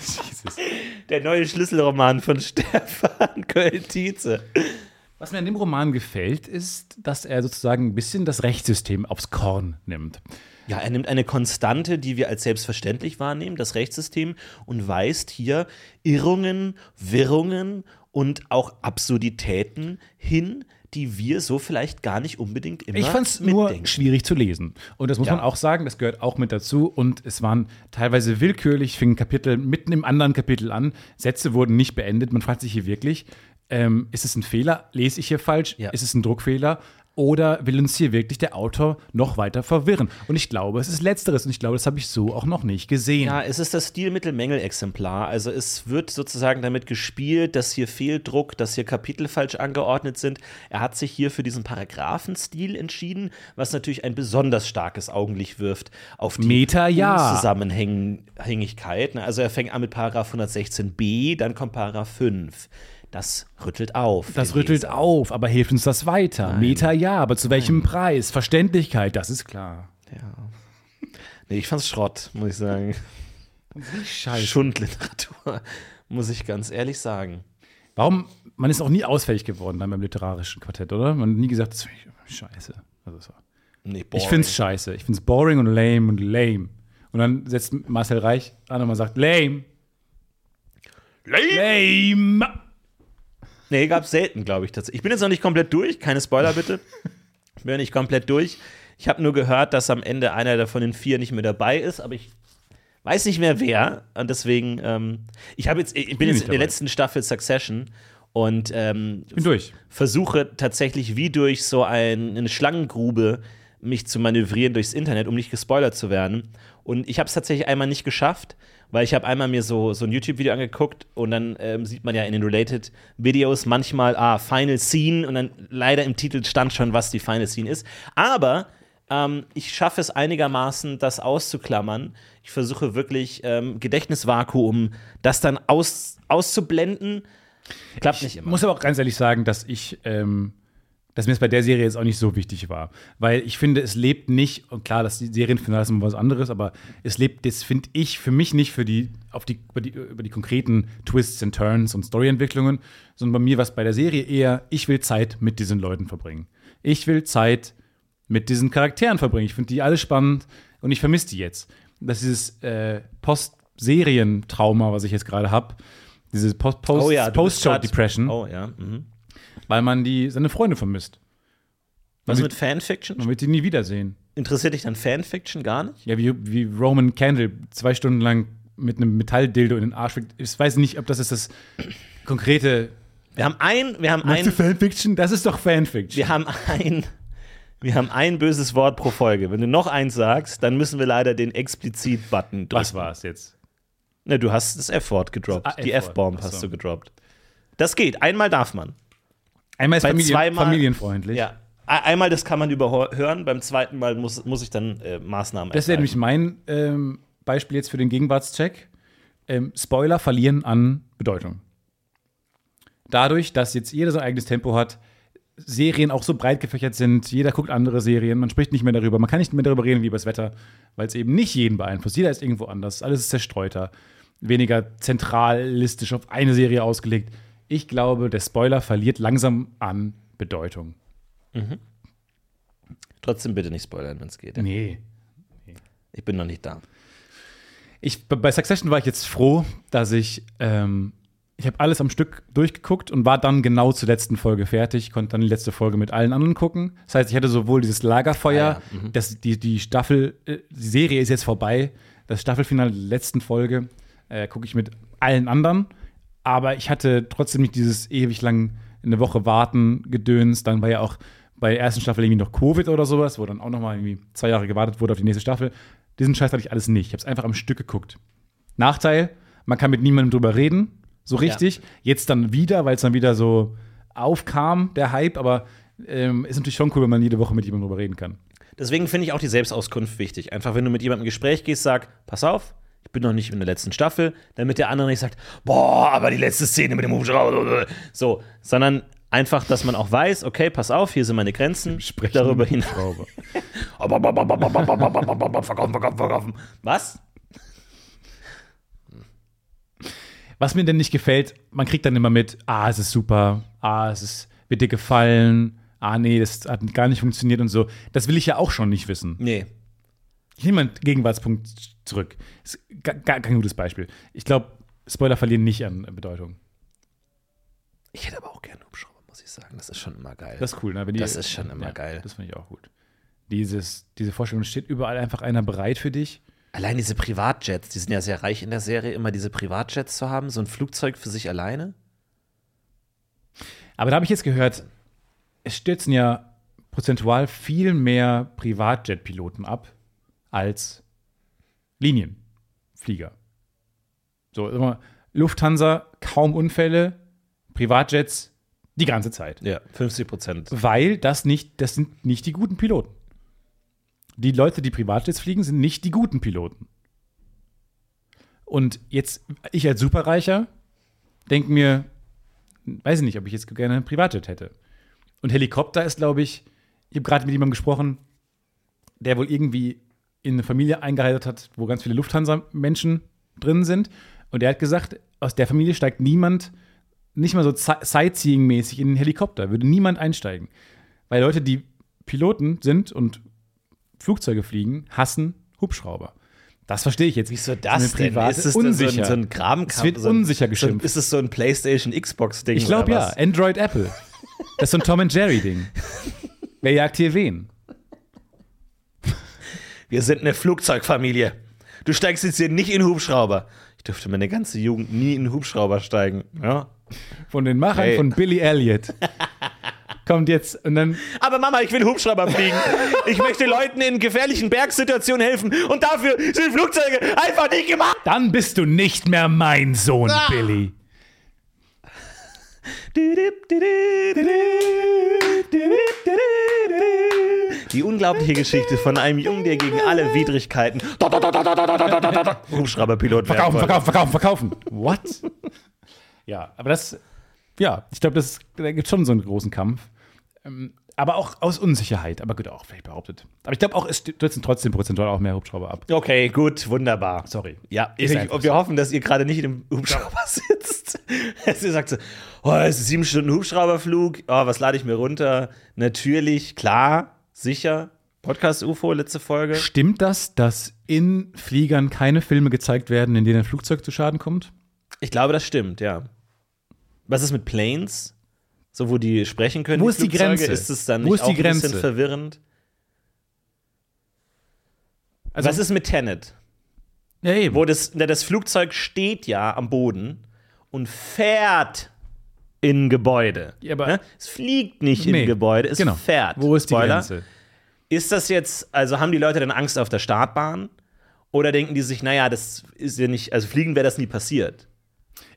Jesus.
Der neue Schlüsselroman von Stefan Köln-Tietze.
Was mir an dem Roman gefällt, ist, dass er sozusagen ein bisschen das Rechtssystem aufs Korn nimmt.
Ja, er nimmt eine Konstante, die wir als selbstverständlich wahrnehmen, das Rechtssystem, und weist hier Irrungen, Wirrungen und auch Absurditäten hin, die wir so vielleicht gar nicht unbedingt immer
Ich fand es nur
Ne? mitdenken.
schwierig zu lesen. Und das muss
Ja.
man auch sagen, das gehört auch mit dazu. Und es waren teilweise willkürlich, fing ein Kapitel mitten im anderen Kapitel an. Sätze wurden nicht beendet. Man fragt sich hier wirklich, ähm, ist es ein Fehler? Lese ich hier falsch?
Ja.
Ist es ein Druckfehler? Oder will uns hier wirklich der Autor noch weiter verwirren? Und ich glaube, es ist Letzteres. Und ich glaube, das habe ich so auch noch nicht gesehen.
Ja, es ist das Stilmittel-Mängel-Exemplar. Also es wird sozusagen damit gespielt, dass hier Fehldruck, dass hier Kapitel falsch angeordnet sind. Er hat sich hier für diesen Paragraphenstil entschieden, was natürlich ein besonders starkes Augenlicht wirft auf die
Meta, ja.
Zusammenhängigkeit. Also er fängt an mit Paragraph 116b, dann kommt Paragraph 5. Das rüttelt auf.
Das
den
rüttelt
Leser.
auf, aber hilft uns das weiter? Meta ja, aber zu welchem Preis? Verständlichkeit, das ist klar.
Nee, ich fand's Schrott, muss ich sagen.
Scheiße.
Schundliteratur, muss ich ganz ehrlich sagen.
Warum? Man ist auch nie ausfällig geworden dann beim literarischen Quartett, oder? Man hat nie gesagt, das finde ich scheiße. Also so.
Nee,
Ich finde es
boring.
scheiße. Ich finde es boring und lame und lame. Und dann setzt Marcel Reich an und man sagt, lame,
Lame.
lame.
Nee, gab's selten, glaube ich tatsächlich. Ich bin jetzt noch nicht komplett durch, keine Spoiler bitte. Ich bin nicht komplett durch. Ich habe nur gehört, dass am Ende einer der von den vier nicht mehr dabei ist, aber ich weiß nicht mehr wer. Und deswegen, ähm, ich habe jetzt, ich bin
bin
jetzt
nicht
in der
dabei.
letzten Staffel Succession und ähm,
Bin durch.
versuche tatsächlich wie durch so ein, eine Schlangengrube mich zu manövrieren durchs Internet, um nicht gespoilert zu werden. Und ich habe es tatsächlich einmal nicht geschafft, weil ich habe einmal mir so, so ein YouTube-Video angeguckt und dann ähm, sieht man ja in den Related Videos manchmal, ah, Final Scene und dann leider im Titel stand schon, was die Final Scene ist. Aber ähm, ich schaffe es einigermaßen, das auszuklammern. Ich versuche wirklich ähm, Gedächtnisvakuum, das dann aus, auszublenden. Klappt nicht
Ich
immer.
muss aber auch ganz ehrlich sagen, dass ich, ähm, dass mir es bei der Serie jetzt auch nicht so wichtig war. Weil ich finde, es lebt nicht, und klar, das die Serienfinale ist immer was anderes, aber es lebt, das finde ich für mich nicht für die, auf die, über die, über die konkreten Twists and Turns und Storyentwicklungen, sondern bei mir war es bei der Serie eher, ich will Zeit mit diesen Leuten verbringen. Ich will Zeit mit diesen Charakteren verbringen. Ich finde die alle spannend und ich vermisse die jetzt. Dass dieses äh, Post-Serien-Trauma, was ich jetzt gerade habe, dieses Post- Post-
Oh ja, du bist grad-
Post-Show-Depression,
Oh ja. Mhm.
weil man die, seine Freunde vermisst.
Was
Damit-
mit Fanfiction?
Man wird die nie wiedersehen.
Interessiert dich dann Fanfiction gar nicht?
Ja, wie, wie Roman Candle zwei Stunden lang mit einem Metalldildo in den Arsch fickt. Ich weiß nicht, ob das ist das konkrete.
Wir haben ein, wir haben
Meinst du
ein,
Fanfiction? Das ist doch Fanfiction.
wir haben ein, wir haben ein böses Wort pro Folge. Wenn du noch eins sagst, dann müssen wir leider den explizit-Button drücken.
Was war es jetzt?
Ne, du hast das F-Wort gedroppt.
Ah,
Die
F-Wort.
F-Bomb
Ach
hast
so.
du gedroppt. Das geht. Einmal darf man.
Einmal ist
Bei
Familien,
zweimal-
familienfreundlich.
Ja. Ei- Einmal das kann man überhören, beim zweiten Mal muss, muss ich dann äh, Maßnahmen
Das wäre nämlich
ergreifen.
mein ähm, Beispiel jetzt für den Gegenwartscheck. Ähm, Spoiler verlieren an Bedeutung. Dadurch, dass jetzt jeder sein eigenes Tempo hat, Serien auch so breit gefächert sind. Jeder guckt andere Serien. Man spricht nicht mehr darüber. Man kann nicht mehr darüber reden wie über das Wetter, weil es eben nicht jeden beeinflusst. Jeder ist irgendwo anders. Alles ist zerstreuter. Weniger zentralistisch auf eine Serie ausgelegt. Ich glaube, der Spoiler verliert langsam an Bedeutung.
Trotzdem bitte nicht spoilern, wenn es geht.
Nee.
Ich bin noch nicht da.
Ich, bei Succession war ich jetzt froh, dass ich, ähm, ich habe alles am Stück durchgeguckt und war dann genau zur letzten Folge fertig, konnte dann die letzte Folge mit allen anderen gucken. Das heißt, ich hatte sowohl dieses Lagerfeuer, das, die, die Staffel, äh, die Serie ist jetzt vorbei, das Staffelfinale der letzten Folge äh, gucke ich mit allen anderen, aber ich hatte trotzdem nicht dieses ewig lang eine Woche warten gedöns, dann war ja auch bei der ersten Staffel irgendwie noch Covid oder sowas, wo dann auch nochmal irgendwie zwei Jahre gewartet wurde auf die nächste Staffel. Diesen Scheiß hatte ich alles nicht. Ich habe es einfach am Stück geguckt. Nachteil, man kann mit niemandem drüber reden, so richtig. Jetzt dann wieder, weil es dann wieder so aufkam, der Hype, aber ähm, ist natürlich schon cool, wenn man jede Woche mit jemandem drüber reden kann.
Deswegen finde ich auch die Selbstauskunft wichtig. Einfach, wenn du mit jemandem ein Gespräch gehst, sag, pass auf, ich bin noch nicht in der letzten Staffel, damit der andere nicht sagt, boah, aber die letzte Szene mit dem Hubschrauber. So, sondern einfach, dass man auch weiß, okay, pass auf, hier sind meine Grenzen, sprich darüber hinaus.
Glaube.
Verkaufen, verkaufen, verkaufen. Was?
Was mir denn nicht gefällt, man kriegt dann immer mit, ah, es ist super, ah, es ist, wird dir gefallen, ah, nee, das hat gar nicht funktioniert und so. Das will ich ja auch schon nicht wissen.
Nee.
Ich nehme meinen Gegenwartspunkt zurück. Ist gar, gar kein gutes Beispiel. Ich glaube, Spoiler verlieren nicht an Bedeutung.
Ich hätte aber auch gerne einen Hubschrauber, muss ich sagen. Das ist schon immer geil.
Das ist cool, ne? Wenn die,
Das ist schon immer geil.
Das finde ich auch gut. Dieses, diese Vorstellung, es steht überall einfach einer bereit für dich.
Allein diese Privatjets, die sind ja sehr reich in der Serie, immer diese Privatjets zu haben, so ein Flugzeug für sich alleine.
Aber da habe ich jetzt gehört, es stürzen ja prozentual viel mehr Privatjet-Piloten ab als Linienflieger. So, sag mal, Lufthansa, kaum Unfälle, Privatjets die ganze Zeit.
Ja, 50 Prozent.
Weil das nicht, das sind nicht die guten Piloten. Die Leute, die Privatjets fliegen, sind nicht die guten Piloten. Und jetzt, ich als Superreicher, denke mir, weiß ich nicht, ob ich jetzt gerne einen Privatjet hätte. Und Helikopter ist, glaube ich, ich habe gerade mit jemandem gesprochen, der wohl irgendwie in eine Familie eingeheiratet hat, wo ganz viele Lufthansa-Menschen drin sind. Und er hat gesagt, aus der Familie steigt niemand, nicht mal so Zi- Sightseeing-mäßig in den Helikopter, würde niemand einsteigen. Weil Leute, die Piloten sind und Flugzeuge fliegen, hassen Hubschrauber. Das verstehe ich jetzt.
Wieso
eine
das denn?
private-
Ist es
unsicher.
so ein, so ein Kramkampf?
Es wird
so ein,
unsicher
So ein,
geschimpft.
ist es so ein PlayStation-Xbox-Ding?
Ich glaube
oder
ja.
was?
Android Apple. Das ist so ein Tom and Jerry Ding. Wer jagt hier wen?
Wir sind eine Flugzeugfamilie. Du steigst jetzt hier nicht in Hubschrauber. Ich dürfte meine ganze Jugend nie in Hubschrauber steigen. Ja.
Von den Machern
Hey.
von Billy Elliot. Kommt jetzt und dann
Aber Mama, ich will Hubschrauber fliegen. Ich möchte Leuten in gefährlichen Bergsituationen helfen. Und dafür sind Flugzeuge einfach nicht gemacht.
dann bist du nicht mehr mein Sohn, Billy.
Die unglaubliche Geschichte von einem Jungen, der gegen alle Widrigkeiten Hubschrauberpilot werden
Verkaufen,
wollte.
verkaufen, verkaufen, verkaufen. What? ja, aber das, ja, ich glaube, das- da gibt es schon so einen großen Kampf. Ähm, Aber auch aus Unsicherheit, aber gut, auch vielleicht behauptet. Aber ich glaube auch, es stürzen trotzdem prozentual auch mehr Hubschrauber ab.
Okay, gut, wunderbar.
Sorry.
Ja,
Ist
ich,
einfach
wir hoffen, dass ihr gerade nicht im Hubschrauber sitzt. Sie sagt so, oh, es ist sieben Stunden Hubschrauberflug. Oh, was lade ich mir runter? Natürlich, klar, sicher. Podcast UFO, letzte Folge.
Stimmt das, dass in Fliegern keine Filme gezeigt werden, in denen ein Flugzeug zu Schaden kommt?
Ich glaube, das stimmt, ja. Was ist mit Planes? So, wo die sprechen können.
Wo ist die
Flugzeuge?
Grenze?
Ist es dann
Wo
nicht
ist die
auch ein
Grenze?
bisschen verwirrend?
Also-
Was ist mit Tenet?
Ja, eben.
Wo das, na, das Flugzeug steht ja am Boden und fährt in ein Gebäude.
Ja, aber-
ne? Es fliegt nicht in
Nee,
ein Gebäude, es
genau.
fährt.
Wo ist die
Spoiler.
Grenze?
Ist das jetzt, also haben die Leute dann Angst auf der Startbahn? Oder denken die sich, naja, das ist ja nicht, also fliegen wäre das nie passiert?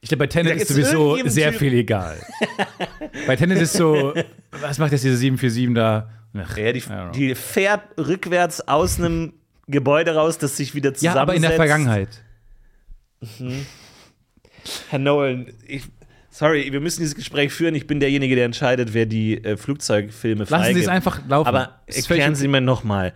Ich glaube, bei Tenet
Da
ist
gibt's
sowieso
irgendjemanden
sehr
Typ-
viel egal. bei Tenet ist so, was macht jetzt diese 747 da? Ach,
Ja, die,
I don't know.
die fährt rückwärts aus einem Gebäude raus, das sich wieder
ja
zusammensetzt.
aber in der Vergangenheit.
Herr Nolan, ich, sorry, wir müssen dieses Gespräch führen. Ich bin derjenige, der entscheidet, wer die äh, Flugzeugfilme
Lassen
freigibt.
Sie es einfach laufen.
Aber
Ist völlig
erklären
okay.
Sie mir nochmal.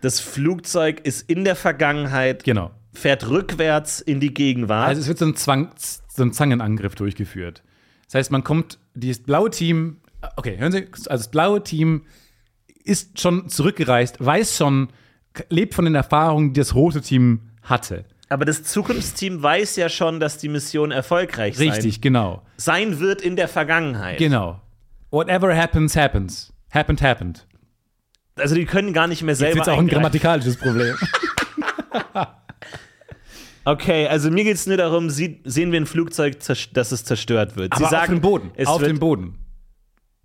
Das Flugzeug ist in der Vergangenheit,
Genau.
fährt rückwärts in die Gegenwart.
Also es wird so ein, Zwang, so ein Zangenangriff durchgeführt. Das heißt, man kommt, das blaue Team, okay, hören Sie, also das blaue Team ist schon zurückgereist, weiß schon, k- lebt von den Erfahrungen, die das rote Team hatte.
Aber das Zukunftsteam weiß ja schon, dass die Mission erfolgreich sein-
Richtig, genau.
sein wird in der Vergangenheit.
Genau. Whatever happens, happens. Happened, happened.
Also die können gar nicht mehr
Das ist
selber.
jetzt auch ein
eingreifen.
grammatikalisches Problem.
Okay, also mir geht es nur darum, sie, sehen wir ein Flugzeug, zerst- dass es zerstört wird. sie
Aber
sagen,
auf dem Boden.
Es
auf
wird,
dem Boden.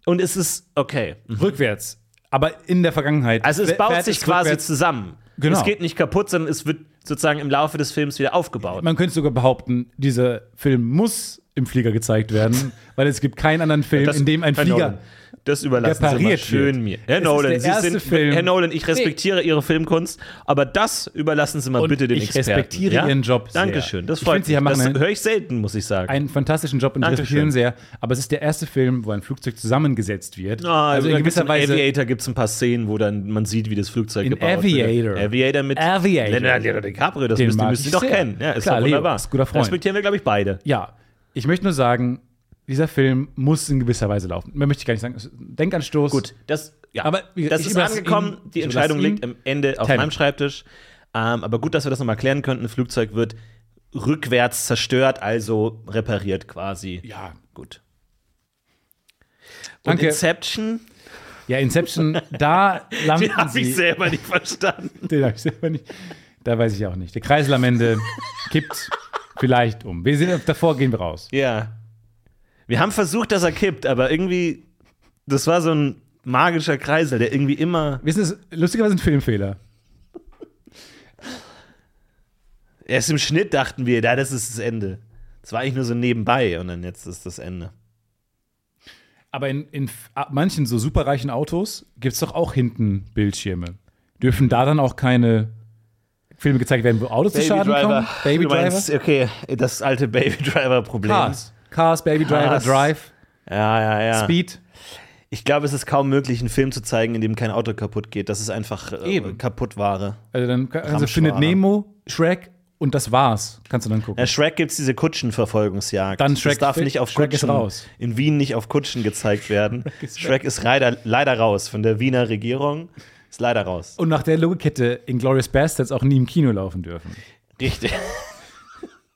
Und es ist okay.
Rückwärts. Aber in der Vergangenheit.
Mhm. Also es
Wer-
baut
fährt
sich
es
quasi
rückwärts?
zusammen.
Genau.
Es geht nicht kaputt, sondern es wird sozusagen im Laufe des Films wieder aufgebaut.
Man könnte sogar behaupten, dieser Film muss im Flieger gezeigt werden, weil es gibt keinen anderen Film, in dem ein
Herr
Flieger.
Nolan, das überlassen Sie mal
repariert
schön
wird.
mir. Herr
Es ist
Nolan,
der erste
Sie sind,
Film-
Herr Nolan, ich respektiere Ihre Filmkunst, aber das überlassen Sie mal
Und
bitte den
ich
Experten.
respektiere Ihren Job sehr.
Dankeschön, das
Ich
freut
finde, Sie
mich.
machen
Das
einen-
höre ich selten, muss ich sagen.
Einen fantastischen Job und ich
Dankeschön.
respektiere ihn sehr, aber es ist der erste Film, wo ein Flugzeug zusammengesetzt wird.
Ah,
also in
da gibt's
gewisser Weise.
Aviator gibt es ein paar Szenen, wo dann man sieht, wie das Flugzeug
In
gebaut
Aviator.
wird. Aviator mit
Aviator.
Leonardo DiCaprio, das
Den
müsst, ihr-
mag
müsst
ich
ihr doch
sehr.
kennen. Ja, ist
Klar,
doch
Leo
wunderbar.
ist guter Freund.
Respektieren wir, glaube ich, beide.
Ja, ich möchte nur sagen, dieser Film muss in gewisser Weise laufen. Mehr möchte ich gar nicht sagen. Es ist ein Denkanstoß.
Gut, das, ja.
Aber wie gesagt,
das
ich
ist
überlasse
angekommen.
Ihnen-
die
ich
Entscheidung
überlasse
liegt am Ende auf
Tenet.
meinem Schreibtisch. Ähm, aber gut, dass wir das nochmal klären könnten. Ein Flugzeug wird rückwärts zerstört, also repariert quasi.
Ja.
Gut. Und
Danke.
Inception,
Ja, Inception, da landen
die habe
sie.
ich selber nicht verstanden.
Den hab ich selber nicht. Da weiß ich auch nicht. Der Kreisel am Ende kippt vielleicht um. Wir sind davor, gehen wir raus.
Ja. Wir haben versucht, dass er kippt, aber irgendwie, das war so ein magischer Kreisel, der irgendwie immer.
Wissen Sie, lustigerweise ein Filmfehler.
Erst im Schnitt dachten wir, da, das ist das Ende. Das war eigentlich nur so nebenbei und dann jetzt ist das Ende.
Aber in, in f- ah, manchen so superreichen Autos gibt es doch auch hinten Bildschirme. Dürfen da dann auch keine Filme gezeigt werden, wo Autos zu Schaden kommen? Baby
du
Driver?
meinst, okay, das alte Baby Driver-Problem.
Cars. Cars, Baby
Cars. Ah.
Driver, Drive,
Ja, ja, ja.
Speed.
Ich glaube, es ist kaum möglich, einen Film zu zeigen, in dem kein Auto kaputt geht. Das ist einfach äh,
Eben.
Kaputtware.
Also dann kann- also
Ramschwara.
findet Nemo, Shrek und das war's. Kannst du dann gucken.
Na, Shrek gibt es diese Kutschenverfolgungsjagd.
Dann
das
Shrek-
darf nicht auf
Shrek ist
Kutschen,
raus.
in Wien nicht auf Kutschen gezeigt werden. Shrek ist, leider, leider raus von der Wiener Regierung. Ist leider raus.
Und nach der Logik hätte Inglourious Bastards auch nie im Kino laufen dürfen.
Richtig.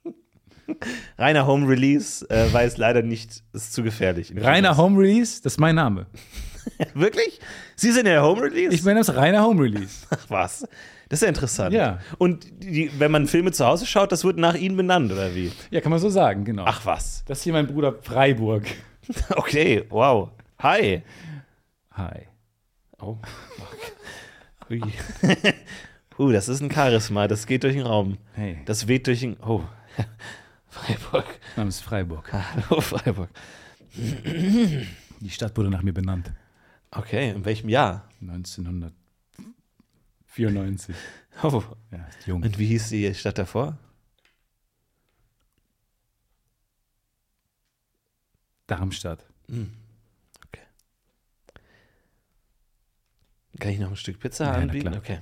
Reiner Home Release äh, weiß leider nicht, ist zu gefährlich.
Reiner Home Release, das ist mein Name.
Wirklich? Sie sind der Home Release?
Ich meine, das ist reiner Home Release.
Ach was. Das ist ja interessant.
Ja.
Und die, wenn man Filme zu Hause schaut, das wird nach ihnen benannt, oder wie?
Ja, kann man so sagen, genau.
Ach was.
Das ist hier mein Bruder Freiburg.
Okay, wow. Hi.
Hi.
Oh. Ui. uh, das ist ein Charisma, das geht durch den Raum.
Hey.
Das weht durch den. Oh. Freiburg.
Mein Name ist Freiburg.
Hallo, Freiburg.
Die Stadt wurde nach mir benannt.
Okay, in welchem Jahr?
1994.
Oh.
Ja, ist jung.
Und wie hieß die Stadt davor?
Darmstadt.
Kann ich noch ein Stück Pizza
Ja, na
anbieten?
klar.
Okay.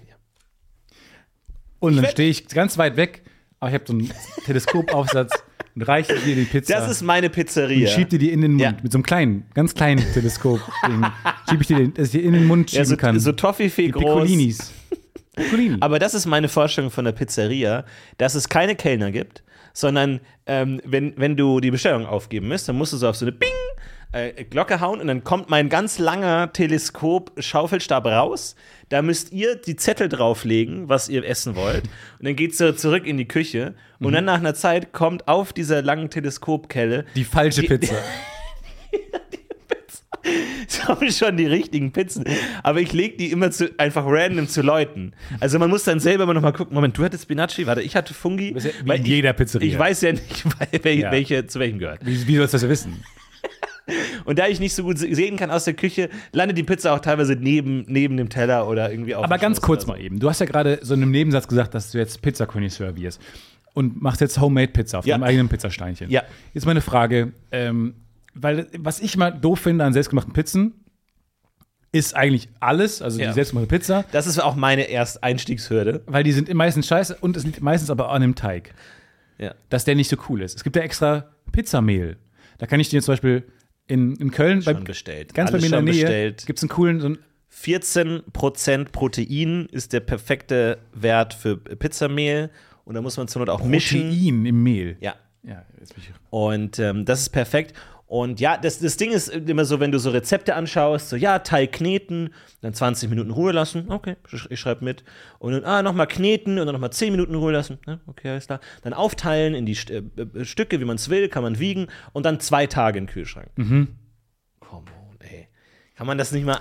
Und dann stehe ich ganz weit weg, aber ich habe so einen Teleskopaufsatz und reiche dir die Pizza.
Das ist meine
und
Pizzeria.
schieb dir die in den Mund.
Ja.
Mit so einem kleinen, ganz kleinen Teleskop. schieb ich dir den, dass ich dir in den Mund schieben
ja, so,
kann.
so Toffifee
die
groß.
Piccolinis. Piccolini.
Aber das ist meine Vorstellung von der Pizzeria, dass es keine Kellner gibt, sondern ähm, wenn, wenn du die Bestellung aufgeben musst, dann musst du so auf so eine Bing äh, Glocke hauen und dann kommt mein ganz langer Teleskop-Schaufelstab raus. Da müsst ihr die Zettel drauflegen, was ihr essen wollt. Und dann geht's so zurück in die Küche. Und dann nach einer Zeit kommt auf dieser langen Teleskopkelle
die falsche
die-
Pizza.
Ich habe schon die richtigen Pizzen. Aber ich lege die immer zu, einfach random zu Leuten. Also man muss dann selber immer nochmal gucken, Moment, du hattest Spinacci, warte, ich hatte Fungi.
bist ja wie
Weil
in
ich-
jeder Pizzeria.
Ich weiß ja nicht, weil, wel,
Ja.
welche zu welchem gehört.
Wie, wie sollst du das ja wissen?
Und da ich nicht so gut se- sehen kann aus der Küche, landet die Pizza auch teilweise neben, neben dem Teller oder irgendwie auf
Aber
dem
ganz
Schoß
kurz
oder so.
mal eben. Du hast ja gerade so in einem Nebensatz gesagt, dass du jetzt Pizzakonisseur wirst. und machst jetzt Homemade Pizza auf
Ja.
deinem eigenen Pizzasteinchen.
Ja.
Ist meine Frage, ähm, weil was ich mal doof finde an selbstgemachten Pizzen, ist eigentlich alles, also
Ja.
die selbstgemachte Pizza,
Das ist auch meine erste Einstiegshürde.
weil die sind meistens scheiße und es liegt meistens aber an dem Teig,
Ja.
dass der nicht so cool ist. Es gibt ja extra Pizzamehl. Da kann ich dir zum Beispiel in, in Köln
Schon bestellt.
ganz
Alles
bei mir in
schon
der Nähe
bestellt.
gibt es einen coolen, so einen
14% Protein ist der perfekte Wert für Pizzamehl. Und da muss man zur Not auch mischen.
Protein im Mehl.
Ja.
ja jetzt bin ich
Und ähm, das ist perfekt. Und ja, das, das Ding ist immer so, wenn du so Rezepte anschaust, so ja, Teig kneten, dann 20 Minuten Ruhe lassen, okay, ich, ich schreibe mit. Und dann ah, nochmal kneten und dann nochmal 10 Minuten Ruhe lassen, ne? okay, alles klar. Dann aufteilen in die St äh, äh, Stücke, wie man es will, kann man wiegen und dann zwei Tage im Kühlschrank.
Mhm.
Come on, ey. Kann man das nicht mal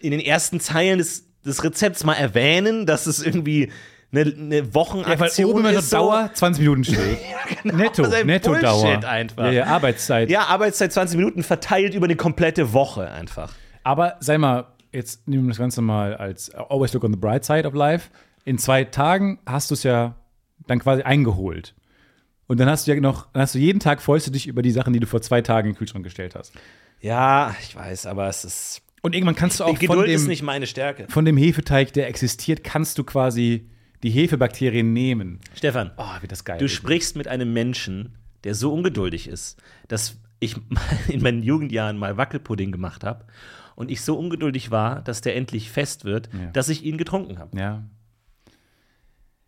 in den ersten Zeilen des, des Rezepts mal erwähnen, dass es irgendwie eine, eine
Ja, weil
Wochenaktion
oben immer
ist?
noch
so? genau,
Dauer 20 Minuten steht. netto,
das ist ein
netto Dauer.
Bullshit einfach.
Ja, ja, Arbeitszeit.
Ja, Arbeitszeit 20 Minuten verteilt über eine komplette Woche einfach.
Aber sei mal, jetzt nehmen wir das Ganze mal als äh, Always Look on the Bright Side of Life. In zwei Tagen hast du es ja dann quasi eingeholt. Und dann hast du ja noch, dann hast du jeden Tag freust du dich über die Sachen, die du vor zwei Tagen in den Kühlschrank gestellt hast.
Ja, ich weiß, aber es ist.
Und irgendwann kannst du auch von
Geduld
dem,
ist nicht meine Stärke.
von dem Hefeteig, der existiert, kannst du quasi die Hefebakterien nehmen.
Stefan,
Oh, wird das geil.
du sprichst mit einem Menschen, der so ungeduldig ist, dass ich mal in meinen Jugendjahren mal Wackelpudding gemacht habe und ich so ungeduldig war, dass der endlich fest wird,
Ja.
dass ich ihn getrunken habe.
Ja.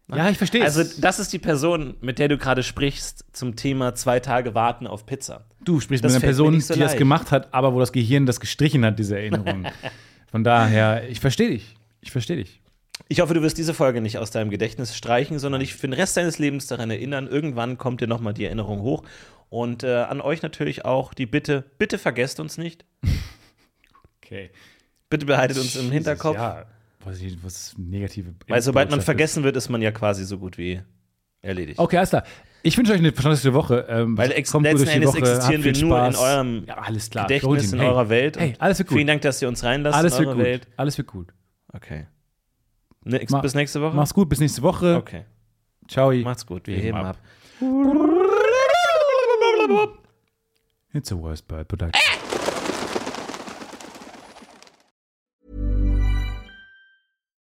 Ja, ich verstehe
Also, das ist die Person, mit der du gerade sprichst, zum Thema zwei Tage warten auf Pizza.
Du sprichst
Das
mit einer
fällt mir
Person,
nicht so
die das
leicht.
gemacht hat, aber wo das Gehirn das gestrichen hat, diese Erinnerung. Von daher, ich verstehe dich. Ich verstehe dich.
Ich hoffe, du wirst diese Folge nicht aus deinem Gedächtnis streichen, sondern dich für den Rest deines Lebens daran erinnern. Irgendwann kommt dir nochmal die Erinnerung hoch. Und äh, an euch natürlich auch die Bitte, bitte vergesst uns nicht.
Okay.
Bitte behaltet uns im Hinterkopf.
Ja, weiß ich, was negative.
Weil sobald man
Botschaft
vergessen wird, ist man ja quasi so gut wie erledigt.
ist. Okay, alles klar. Ich wünsche euch eine fantastische Woche. Ähm,
Weil ex
kommt gut
letzten
durch die
Endes
Woche,
existieren
habt viel
wir nur in
Spaß.
eurem
ja, alles klar.
Gedächtnis,
Florentin,
in
hey.
eurer Welt.
Hey,
Und
alles wird gut.
Vielen Dank, dass ihr uns reinlasst
Alles
in
wird
eure
gut.
Welt.
Alles wird gut.
Okay. Nix,
Ma-
bis nächste Woche.
Mach's gut, bis nächste Woche.
Okay.
Ciao.
Macht's gut. Wir,
Wir
heben
heben
ab.
It's a worst bird production.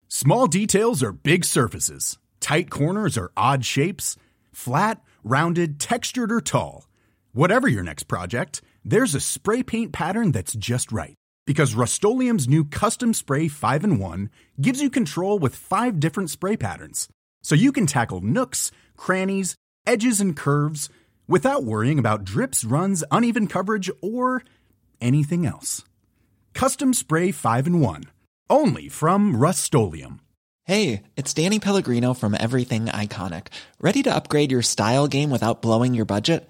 Small details are big surfaces. Tight corners are odd shapes. Flat, rounded, textured, or tall. Whatever your next project, there's a spray paint pattern that's just right. Because Rust new Custom Spray 5 in 1 gives you control with five different spray patterns. So you can tackle nooks, crannies, edges, and curves without worrying about drips, runs, uneven coverage, or anything else. Custom Spray 5 in 1. Only from Rust
Hey, it's Danny Pellegrino from Everything Iconic. Ready to upgrade your style game without blowing your budget?